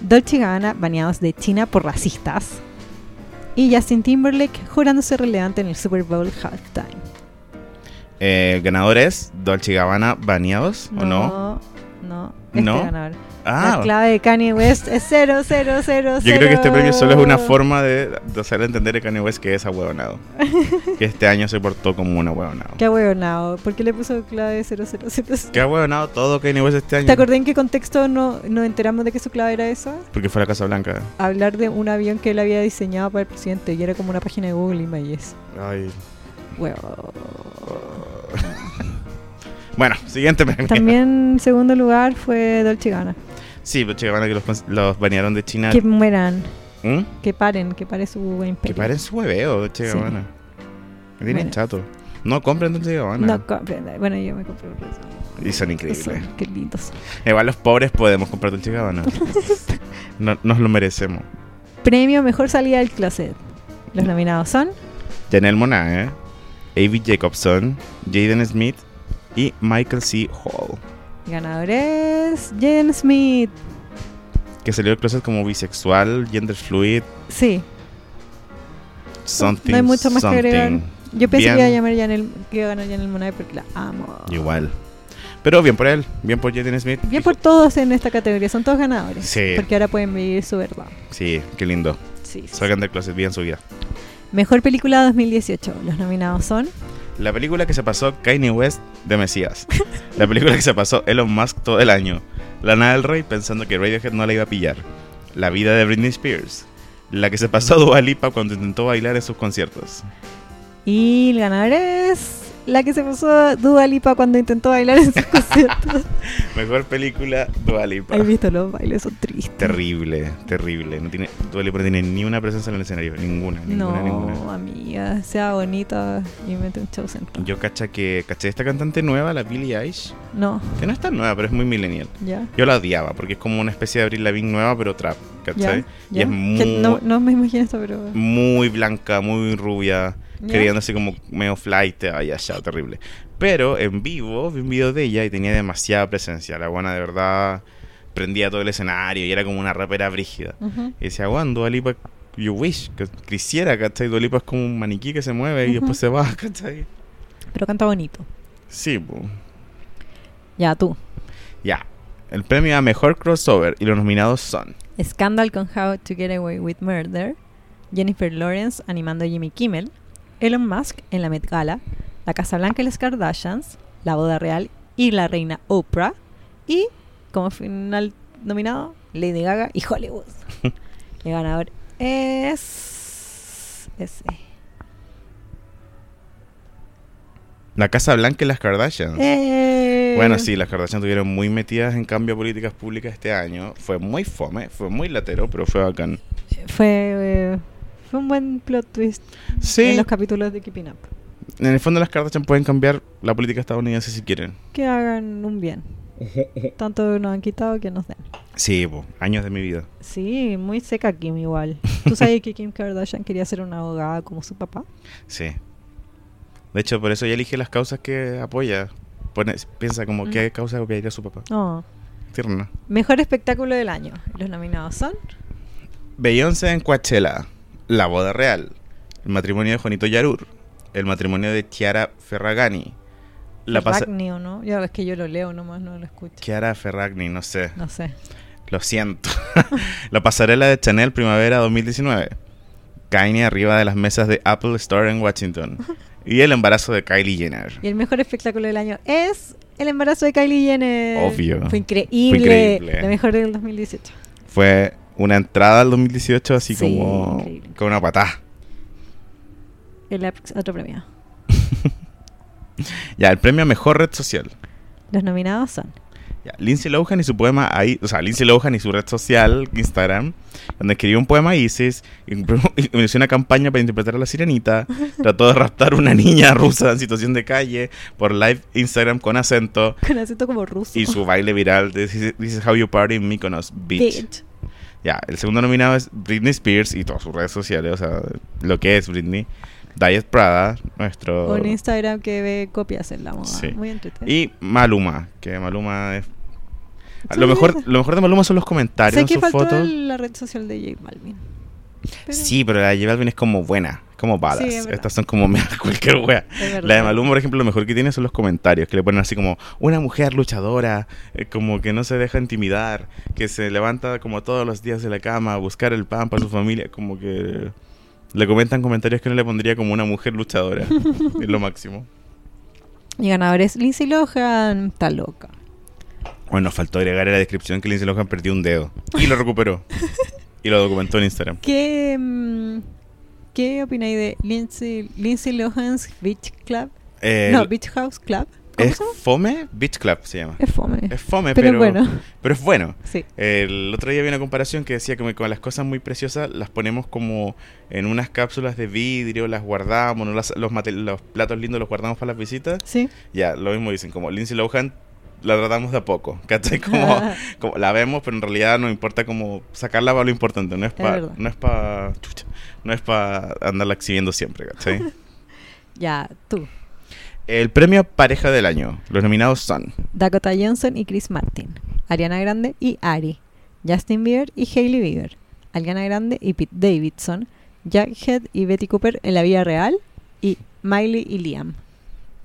[SPEAKER 1] Dolce y Gabbana baneados de China por racistas. Y Justin Timberlake jurándose relevante en el Super Bowl halftime.
[SPEAKER 2] eh, ganadores: Dolce y Gabbana baneados o no.
[SPEAKER 1] No, este
[SPEAKER 2] ¿No?
[SPEAKER 1] ganador. La
[SPEAKER 2] Ah,
[SPEAKER 1] clave de Kanye West es 0000.
[SPEAKER 2] yo creo que este premio solo es una forma de, de hacer entender a Kanye West que es ahueonado. que este año se portó como un ahueonado.
[SPEAKER 1] Qué huevonao. ¿Por qué le puso clave 0000?
[SPEAKER 2] Que ha ahueonado todo Kanye West este año.
[SPEAKER 1] ¿Te acordás en qué contexto no, nos enteramos de que su clave era esa?
[SPEAKER 2] Porque fue a la Casa Blanca.
[SPEAKER 1] Hablar de un avión que él había diseñado para el presidente y era como una página de Google Images.
[SPEAKER 2] Ay.
[SPEAKER 1] Huevo.
[SPEAKER 2] Bueno, siguiente premio.
[SPEAKER 1] También segundo lugar fue Dolce Gabbana.
[SPEAKER 2] Sí, Dolce y Gabbana que los, cons- los banearon de China.
[SPEAKER 1] Que mueran,
[SPEAKER 2] ¿Mm?
[SPEAKER 1] que paren, que pare su
[SPEAKER 2] Que
[SPEAKER 1] imperio.
[SPEAKER 2] paren su hueveo, Dolce y
[SPEAKER 1] Sí.
[SPEAKER 2] Gabbana. Me tienen
[SPEAKER 1] Bueno.
[SPEAKER 2] chato. No compren Dolce y Gabbana.
[SPEAKER 1] No comprende. Bueno, yo me compré un rezo.
[SPEAKER 2] Y son increíbles.
[SPEAKER 1] Son- Qué lindos.
[SPEAKER 2] Igual los pobres podemos comprar Dolce y Gabbana. No- nos lo merecemos.
[SPEAKER 1] Premio Mejor Salida del Closet. Los nominados son
[SPEAKER 2] Janelle Monae, Avi Jacobson, Jaden Smith y Michael C. Hall.
[SPEAKER 1] ganadores Jaden Smith.
[SPEAKER 2] Que salió del closet como bisexual, gender fluid,
[SPEAKER 1] Sí,
[SPEAKER 2] something.
[SPEAKER 1] no hay mucho más que agregar.
[SPEAKER 2] something.
[SPEAKER 1] Yo pensé que iba a,
[SPEAKER 2] Bien.
[SPEAKER 1] llamar Janel, que iba a ganar Janel Monáe porque la amo.
[SPEAKER 2] Igual. Pero bien por él, bien por Jaden Smith.
[SPEAKER 1] Bien por todos en esta categoría, son todos ganadores.
[SPEAKER 2] Sí.
[SPEAKER 1] Porque ahora pueden vivir su verdad.
[SPEAKER 2] Sí, qué lindo.
[SPEAKER 1] Sí, sí.
[SPEAKER 2] Salgan del closet, bien su vida.
[SPEAKER 1] Mejor película 2018. Los nominados son
[SPEAKER 2] La película que se pasó Kanye West de Mesías. La película que se pasó Elon Musk todo el año. Lana del Rey pensando que Radiohead no la iba a pillar. La vida de Britney Spears. La que se pasó Dua Lipa cuando intentó bailar en sus conciertos.
[SPEAKER 1] y el ganador es la que se puso Dua Lipa cuando intentó bailar en sus conciertos.
[SPEAKER 2] Mejor película Dua Lipa.
[SPEAKER 1] ¿Has visto los bailes? Son tristes.
[SPEAKER 2] Terrible, terrible. No tiene, Dua Lipa no tiene ni una presencia en el escenario. Ninguna, ninguna,
[SPEAKER 1] No,
[SPEAKER 2] ninguna.
[SPEAKER 1] amiga, sea bonita y mete un show sentado.
[SPEAKER 2] Yo cacha que caché esta cantante nueva, la Billie Eilish,
[SPEAKER 1] No,
[SPEAKER 2] que no es tan nueva, pero es muy millennial.
[SPEAKER 1] ya.
[SPEAKER 2] Yo la odiaba porque es como una especie de Avril Lavigne nueva, pero trap,
[SPEAKER 1] Ya,
[SPEAKER 2] ¿cachai? Y
[SPEAKER 1] ya.
[SPEAKER 2] es
[SPEAKER 1] Que
[SPEAKER 2] muy,
[SPEAKER 1] no, no me imagino esto, pero.
[SPEAKER 2] muy blanca, muy rubia,
[SPEAKER 1] Ya.
[SPEAKER 2] queriéndose como medio flight, ay, ya, ya, terrible. Pero en vivo vi un video de ella y tenía demasiada presencia. La buena de verdad prendía todo el escenario y era como una rapera brígida.
[SPEAKER 1] Ujú.
[SPEAKER 2] Y decía, Juan, Dualipa, you wish, que quisiera, ¿cachai? Dualipa es como un maniquí que se mueve y
[SPEAKER 1] Ujú.
[SPEAKER 2] después se va, ¿cachai?
[SPEAKER 1] Pero canta bonito.
[SPEAKER 2] Sí, po.
[SPEAKER 1] Ya, tú.
[SPEAKER 2] ya. El premio a mejor crossover y los nominados son
[SPEAKER 1] Scandal con How to Get Away with Murder, Jennifer Lawrence animando a Jimmy Kimmel, Elon Musk en la Met Gala, La Casa Blanca y las Kardashians, La Boda Real y la Reina Oprah, y como final nominado, Lady Gaga y Hollywood. El ganador es ese.
[SPEAKER 2] La Casa Blanca y las Kardashians.
[SPEAKER 1] Eh,
[SPEAKER 2] Ah. Bueno, sí, las Kardashian estuvieron muy metidas en cambio a políticas públicas este año. Fue muy fome, fue muy latero, pero fue bacán.
[SPEAKER 1] Fue, eh, fue un buen plot twist en
[SPEAKER 2] Sí,
[SPEAKER 1] los capítulos de Keeping Up.
[SPEAKER 2] en el fondo las Kardashian pueden cambiar la política estadounidense si quieren.
[SPEAKER 1] Que hagan un bien. Tanto nos han quitado que nos den.
[SPEAKER 2] Sí, po, años de mi vida.
[SPEAKER 1] Sí, muy seca Kim igual. ¿Tú sabes que Kim Kardashian quería ser una abogada como su papá?
[SPEAKER 2] Sí. De hecho, por eso ya elige las causas que apoya. Pone- piensa como
[SPEAKER 1] Mm.
[SPEAKER 2] qué causa apoyaría su papá.
[SPEAKER 1] No.
[SPEAKER 2] Tierna.
[SPEAKER 1] Mejor espectáculo del año. Los nominados son
[SPEAKER 2] Beyoncé en Coachella, La Boda Real, el matrimonio de Juanito Yarur, el matrimonio de Chiara Ferragani, la pasa...
[SPEAKER 1] Ferragni, ¿o ¿no? Ya es que yo lo leo nomás, no lo escucho.
[SPEAKER 2] Chiara Ferragni, no sé,
[SPEAKER 1] No sé.
[SPEAKER 2] lo siento. la pasarela de Chanel Primavera 2019, Kanye arriba de las mesas de Apple Store en Washington y el embarazo de Kylie Jenner.
[SPEAKER 1] Y el mejor espectáculo del año es el embarazo de Kylie Jenner.
[SPEAKER 2] Obvio.
[SPEAKER 1] Fue increíble.
[SPEAKER 2] Fue increíble.
[SPEAKER 1] La mejor del 2018.
[SPEAKER 2] Fue una entrada al 2018 así
[SPEAKER 1] Sí,
[SPEAKER 2] como
[SPEAKER 1] increíble.
[SPEAKER 2] con una patada.
[SPEAKER 1] El ex- otro premio.
[SPEAKER 2] Ya, el premio a Mejor Red Social.
[SPEAKER 1] Los nominados son.
[SPEAKER 2] Ya, Lindsay Lohan y su poema ahí, o sea, Lindsay Lohan y su red social, Instagram, donde escribió un poema ISIS, y y inició una campaña para interpretar a la sirenita, trató de raptar a una niña rusa en situación de calle por live Instagram con acento
[SPEAKER 1] Con acento como ruso.
[SPEAKER 2] y su baile viral de This is- This is how you party in Mykonos, bitch.
[SPEAKER 1] Bitch.
[SPEAKER 2] Ya, el segundo nominado es Britney Spears y todas sus redes sociales, o sea, lo que es Britney, Diet Prada, nuestro...
[SPEAKER 1] Un Instagram que ve copias en la moda.
[SPEAKER 2] Sí.
[SPEAKER 1] Muy entretenido.
[SPEAKER 2] Y Maluma, que Maluma es...
[SPEAKER 1] Son
[SPEAKER 2] Lo mejor,
[SPEAKER 1] mierda.
[SPEAKER 2] lo mejor de Maluma son los comentarios
[SPEAKER 1] Sé
[SPEAKER 2] en
[SPEAKER 1] que
[SPEAKER 2] sus
[SPEAKER 1] faltó
[SPEAKER 2] fotos.
[SPEAKER 1] el- la red social de J Balvin. Pero
[SPEAKER 2] Sí, pero la de J Balvin es como buena, es como badass.
[SPEAKER 1] Sí, es verdad.
[SPEAKER 2] Estas son como me da cualquier wea.
[SPEAKER 1] es verdad.
[SPEAKER 2] La de Maluma, por ejemplo, lo mejor que tiene son los comentarios, que le ponen así como una mujer luchadora, eh, como que no se deja intimidar, que se levanta como todos los días de la cama a buscar el pan para su familia, como que le comentan comentarios que no le pondría como una mujer luchadora, es lo máximo.
[SPEAKER 1] Y ganadores Lindsay Lohan. Está loca.
[SPEAKER 2] Bueno, faltó agregar a la descripción que Lindsay Lohan perdió un dedo y lo recuperó y lo documentó en Instagram.
[SPEAKER 1] ¿Qué, mm, ¿qué opináis de Lindsay, Lindsay Lohan's Beach Club?
[SPEAKER 2] Eh,
[SPEAKER 1] no, Beach House Club. ¿Cómo
[SPEAKER 2] es
[SPEAKER 1] se llama?
[SPEAKER 2] Fome Beach Club se llama.
[SPEAKER 1] Es fome.
[SPEAKER 2] Es fome,
[SPEAKER 1] pero,
[SPEAKER 2] pero,
[SPEAKER 1] bueno,
[SPEAKER 2] pero es bueno.
[SPEAKER 1] sí.
[SPEAKER 2] El otro día vi una comparación que decía que con las cosas muy preciosas las ponemos como en unas cápsulas de vidrio, las guardamos, no las- los, mate- los platos lindos los guardamos para las visitas.
[SPEAKER 1] Sí.
[SPEAKER 2] Ya, lo mismo dicen, como Lindsay Lohan la tratamos de a poco, ¿cachai? Como, como la vemos, pero en realidad no importa como sacarla para lo importante, no es
[SPEAKER 1] Es
[SPEAKER 2] para
[SPEAKER 1] verdad.
[SPEAKER 2] no es para no es para andarla exhibiendo siempre, ¿cachai?
[SPEAKER 1] ya, tú.
[SPEAKER 2] El premio Pareja del Año, los nominados son
[SPEAKER 1] Dakota Johnson y Chris Martin. Ariana Grande y Ari. Justin Bieber y Hailey Bieber. Ariana Grande y Pete Davidson. Jack Head y Betty Cooper en la vida real. Y Miley y Liam.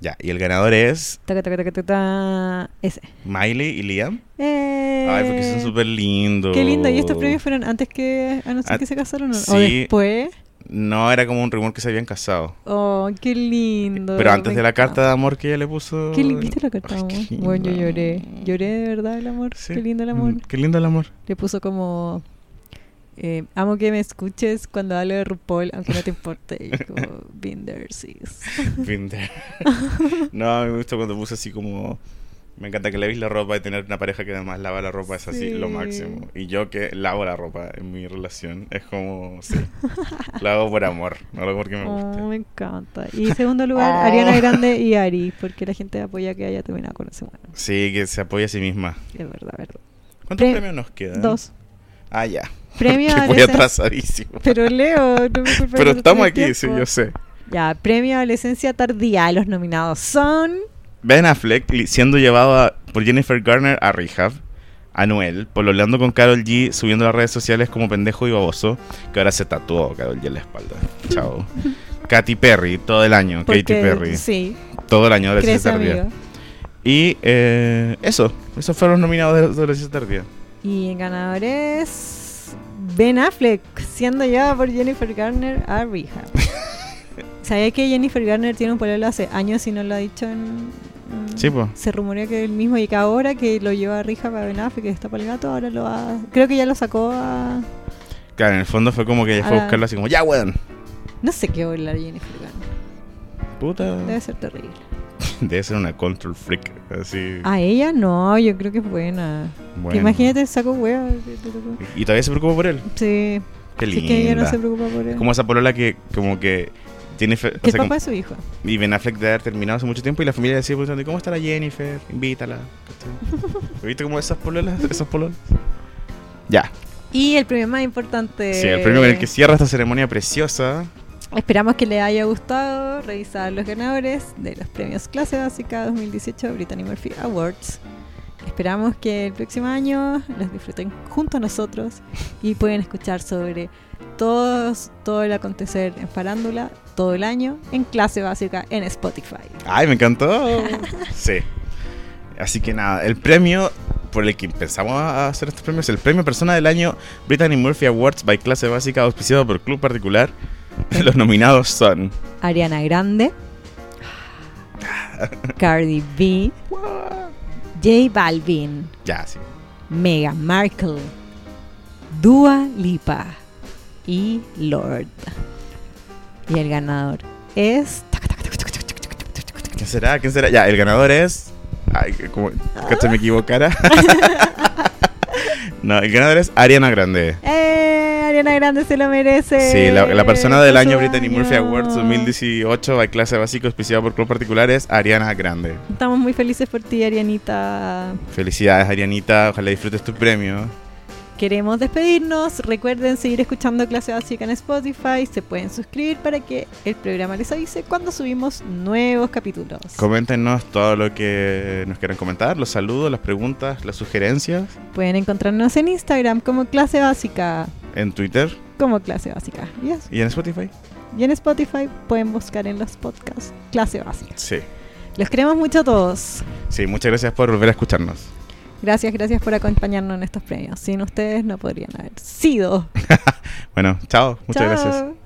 [SPEAKER 2] Ya, y el ganador es
[SPEAKER 1] Taca, taca, taca, taca, ta. Ese.
[SPEAKER 2] Miley y Liam.
[SPEAKER 1] Eh,
[SPEAKER 2] Ay, porque son súper lindos.
[SPEAKER 1] Qué lindo. ¿Y estos premios fueron antes que anunciar
[SPEAKER 2] Ah,
[SPEAKER 1] que se casaron o, no?
[SPEAKER 2] sí.
[SPEAKER 1] ¿O después?
[SPEAKER 2] No, era como un rumor que se habían casado.
[SPEAKER 1] Oh, qué lindo.
[SPEAKER 2] Pero antes
[SPEAKER 1] me
[SPEAKER 2] de la carta
[SPEAKER 1] encanta.
[SPEAKER 2] de amor que ella le puso.
[SPEAKER 1] Qué li- ¿Viste la carta
[SPEAKER 2] Ay,
[SPEAKER 1] de
[SPEAKER 2] qué
[SPEAKER 1] amor?
[SPEAKER 2] lindo.
[SPEAKER 1] Bueno, yo lloré. Lloré de verdad el amor.
[SPEAKER 2] Sí.
[SPEAKER 1] Qué lindo el amor.
[SPEAKER 2] Mm, Qué lindo el amor.
[SPEAKER 1] Le puso como... eh, amo que me escuches cuando hablo de RuPaul, aunque no te importe. Y como, "Been there, sis".
[SPEAKER 2] Binder. no, a mí me gusta cuando puso así como. Me encanta que le la ropa y tener una pareja que además lava la ropa es así lo
[SPEAKER 1] Sí.
[SPEAKER 2] máximo. Y yo que lavo la ropa en mi relación es como. Sí. lo hago por amor, no lo hago porque me guste.
[SPEAKER 1] Oh, me encanta. Y en segundo lugar, Ariana Grande y Ari, porque la gente apoya que haya terminado con ese bueno.
[SPEAKER 2] Sí, que se apoya a sí misma.
[SPEAKER 1] Es verdad, verdad.
[SPEAKER 2] ¿Cuántos
[SPEAKER 1] Pre-
[SPEAKER 2] premios nos quedan?
[SPEAKER 1] Dos.
[SPEAKER 2] Ah, ya.
[SPEAKER 1] Premio
[SPEAKER 2] Que
[SPEAKER 1] a
[SPEAKER 2] voy
[SPEAKER 1] Alesen-
[SPEAKER 2] atrasadísimo.
[SPEAKER 1] Pero Leo, no me culpes
[SPEAKER 2] Pero
[SPEAKER 1] de no
[SPEAKER 2] estamos
[SPEAKER 1] tener
[SPEAKER 2] aquí, sí,
[SPEAKER 1] tiempo.
[SPEAKER 2] yo sé.
[SPEAKER 1] Ya, premio Adolescencia Tardía. Los nominados son.
[SPEAKER 2] Ben Affleck li- siendo llevado a- por Jennifer Garner a rehab. Anuel, pololeando con Carol G, subiendo a las redes sociales como pendejo y baboso, que ahora se tatuó Carol G en la espalda. Chao. Katy Perry, todo el año.
[SPEAKER 1] Porque,
[SPEAKER 2] Katy Perry,
[SPEAKER 1] Sí,
[SPEAKER 2] todo el año. Adolescencia
[SPEAKER 1] crece
[SPEAKER 2] Tardía.
[SPEAKER 1] amigo.
[SPEAKER 2] Y eh, eso, esos fueron los nominados de de Adolescencia Tardía.
[SPEAKER 1] Y en ganadores. Ben Affleck, siendo llevado por Jennifer Garner a Rehab. ¿Sabía que Jennifer Garner tiene un pololo hace años y no lo ha dicho en. en-
[SPEAKER 2] Sí, po.
[SPEAKER 1] Se rumorea que el mismo y que ahora que lo lleva a Rehab a Ben Affleck, que está para el gato, ahora lo va. Creo que ya lo sacó a.
[SPEAKER 2] Claro, en el fondo fue como que ella fue
[SPEAKER 1] Ahora-
[SPEAKER 2] a buscarlo así como, ya, weón.
[SPEAKER 1] No sé qué bailar Jennifer Garner.
[SPEAKER 2] Puta.
[SPEAKER 1] Debe ser terrible.
[SPEAKER 2] Debe ser una control freak. Así.
[SPEAKER 1] A ella no, yo creo que es buena.
[SPEAKER 2] bueno.
[SPEAKER 1] Ah, Imagínate el saco hueá. de- de- de- de-
[SPEAKER 2] Y todavía se preocupa por él.
[SPEAKER 1] Sí. Sí,
[SPEAKER 2] Qué linda.
[SPEAKER 1] que ella no se preocupa por él.
[SPEAKER 2] Como esa polola que, como que. Jennifer, o
[SPEAKER 1] que el
[SPEAKER 2] sea, como-
[SPEAKER 1] papá de su hijo.
[SPEAKER 2] y Ben Affleck de haber terminado hace mucho tiempo y la familia decía preguntando, ¿cómo está la Jennifer? Invítala. ¿cachai? ¿Viste como esas pololas? Esas pololas. Ya.
[SPEAKER 1] Y el premio más importante.
[SPEAKER 2] Sí, el premio con el que cierra esta ceremonia preciosa.
[SPEAKER 1] Esperamos que les haya gustado revisar los ganadores de los premios Clase Básica 2018 Brittany Murphy Awards. Esperamos que el próximo año los disfruten junto a nosotros y pueden escuchar sobre todos, todo el acontecer en Farándula todo el año en Clase Básica en Spotify.
[SPEAKER 2] ¡Ay, me encantó! Sí. Así que nada, el premio por el que empezamos a hacer estos premios es el premio Persona del Año Brittany Murphy Awards by Clase Básica, auspiciado por Club Particular. Los nominados son.
[SPEAKER 1] Ariana Grande, Cardi B, J Balvin,
[SPEAKER 2] Ya, sí.
[SPEAKER 1] Meghan Markle, Dua Lipa y Lord. Y el ganador es.
[SPEAKER 2] ¿Quién será? ¿Quién será? Ya, el ganador es. Ay, que como. Que me equivocara. no, el ganador es Ariana Grande.
[SPEAKER 1] ¡Eh! Ariana Grande se lo merece.
[SPEAKER 2] Sí, la, la persona del
[SPEAKER 1] Por
[SPEAKER 2] año
[SPEAKER 1] su
[SPEAKER 2] Brittany
[SPEAKER 1] año.
[SPEAKER 2] Murphy Awards 2018 by clase básico auspiciado por club particular es Ariana Grande.
[SPEAKER 1] Estamos muy felices por ti, Arianita.
[SPEAKER 2] Felicidades Arianita, ojalá disfrutes tu premio.
[SPEAKER 1] Queremos despedirnos. Recuerden seguir escuchando Clase Básica en Spotify. Se pueden suscribir para que el programa les avise cuando subimos nuevos capítulos.
[SPEAKER 2] Coméntenos todo lo que nos quieran comentar, los saludos, las preguntas, las sugerencias
[SPEAKER 1] Pueden encontrarnos en Instagram como Clase Básica.
[SPEAKER 2] en Twitter
[SPEAKER 1] Como Clase Básica. Y eso.
[SPEAKER 2] y en Spotify.
[SPEAKER 1] Y en Spotify pueden buscar en los podcasts Clase Básica.
[SPEAKER 2] Sí.
[SPEAKER 1] Los queremos mucho a todos.
[SPEAKER 2] Sí, muchas gracias por volver a escucharnos.
[SPEAKER 1] Gracias, gracias por acompañarnos en estos premios. Sin ustedes no podrían haber sido.
[SPEAKER 2] Bueno, chao, muchas
[SPEAKER 1] Chao.
[SPEAKER 2] gracias.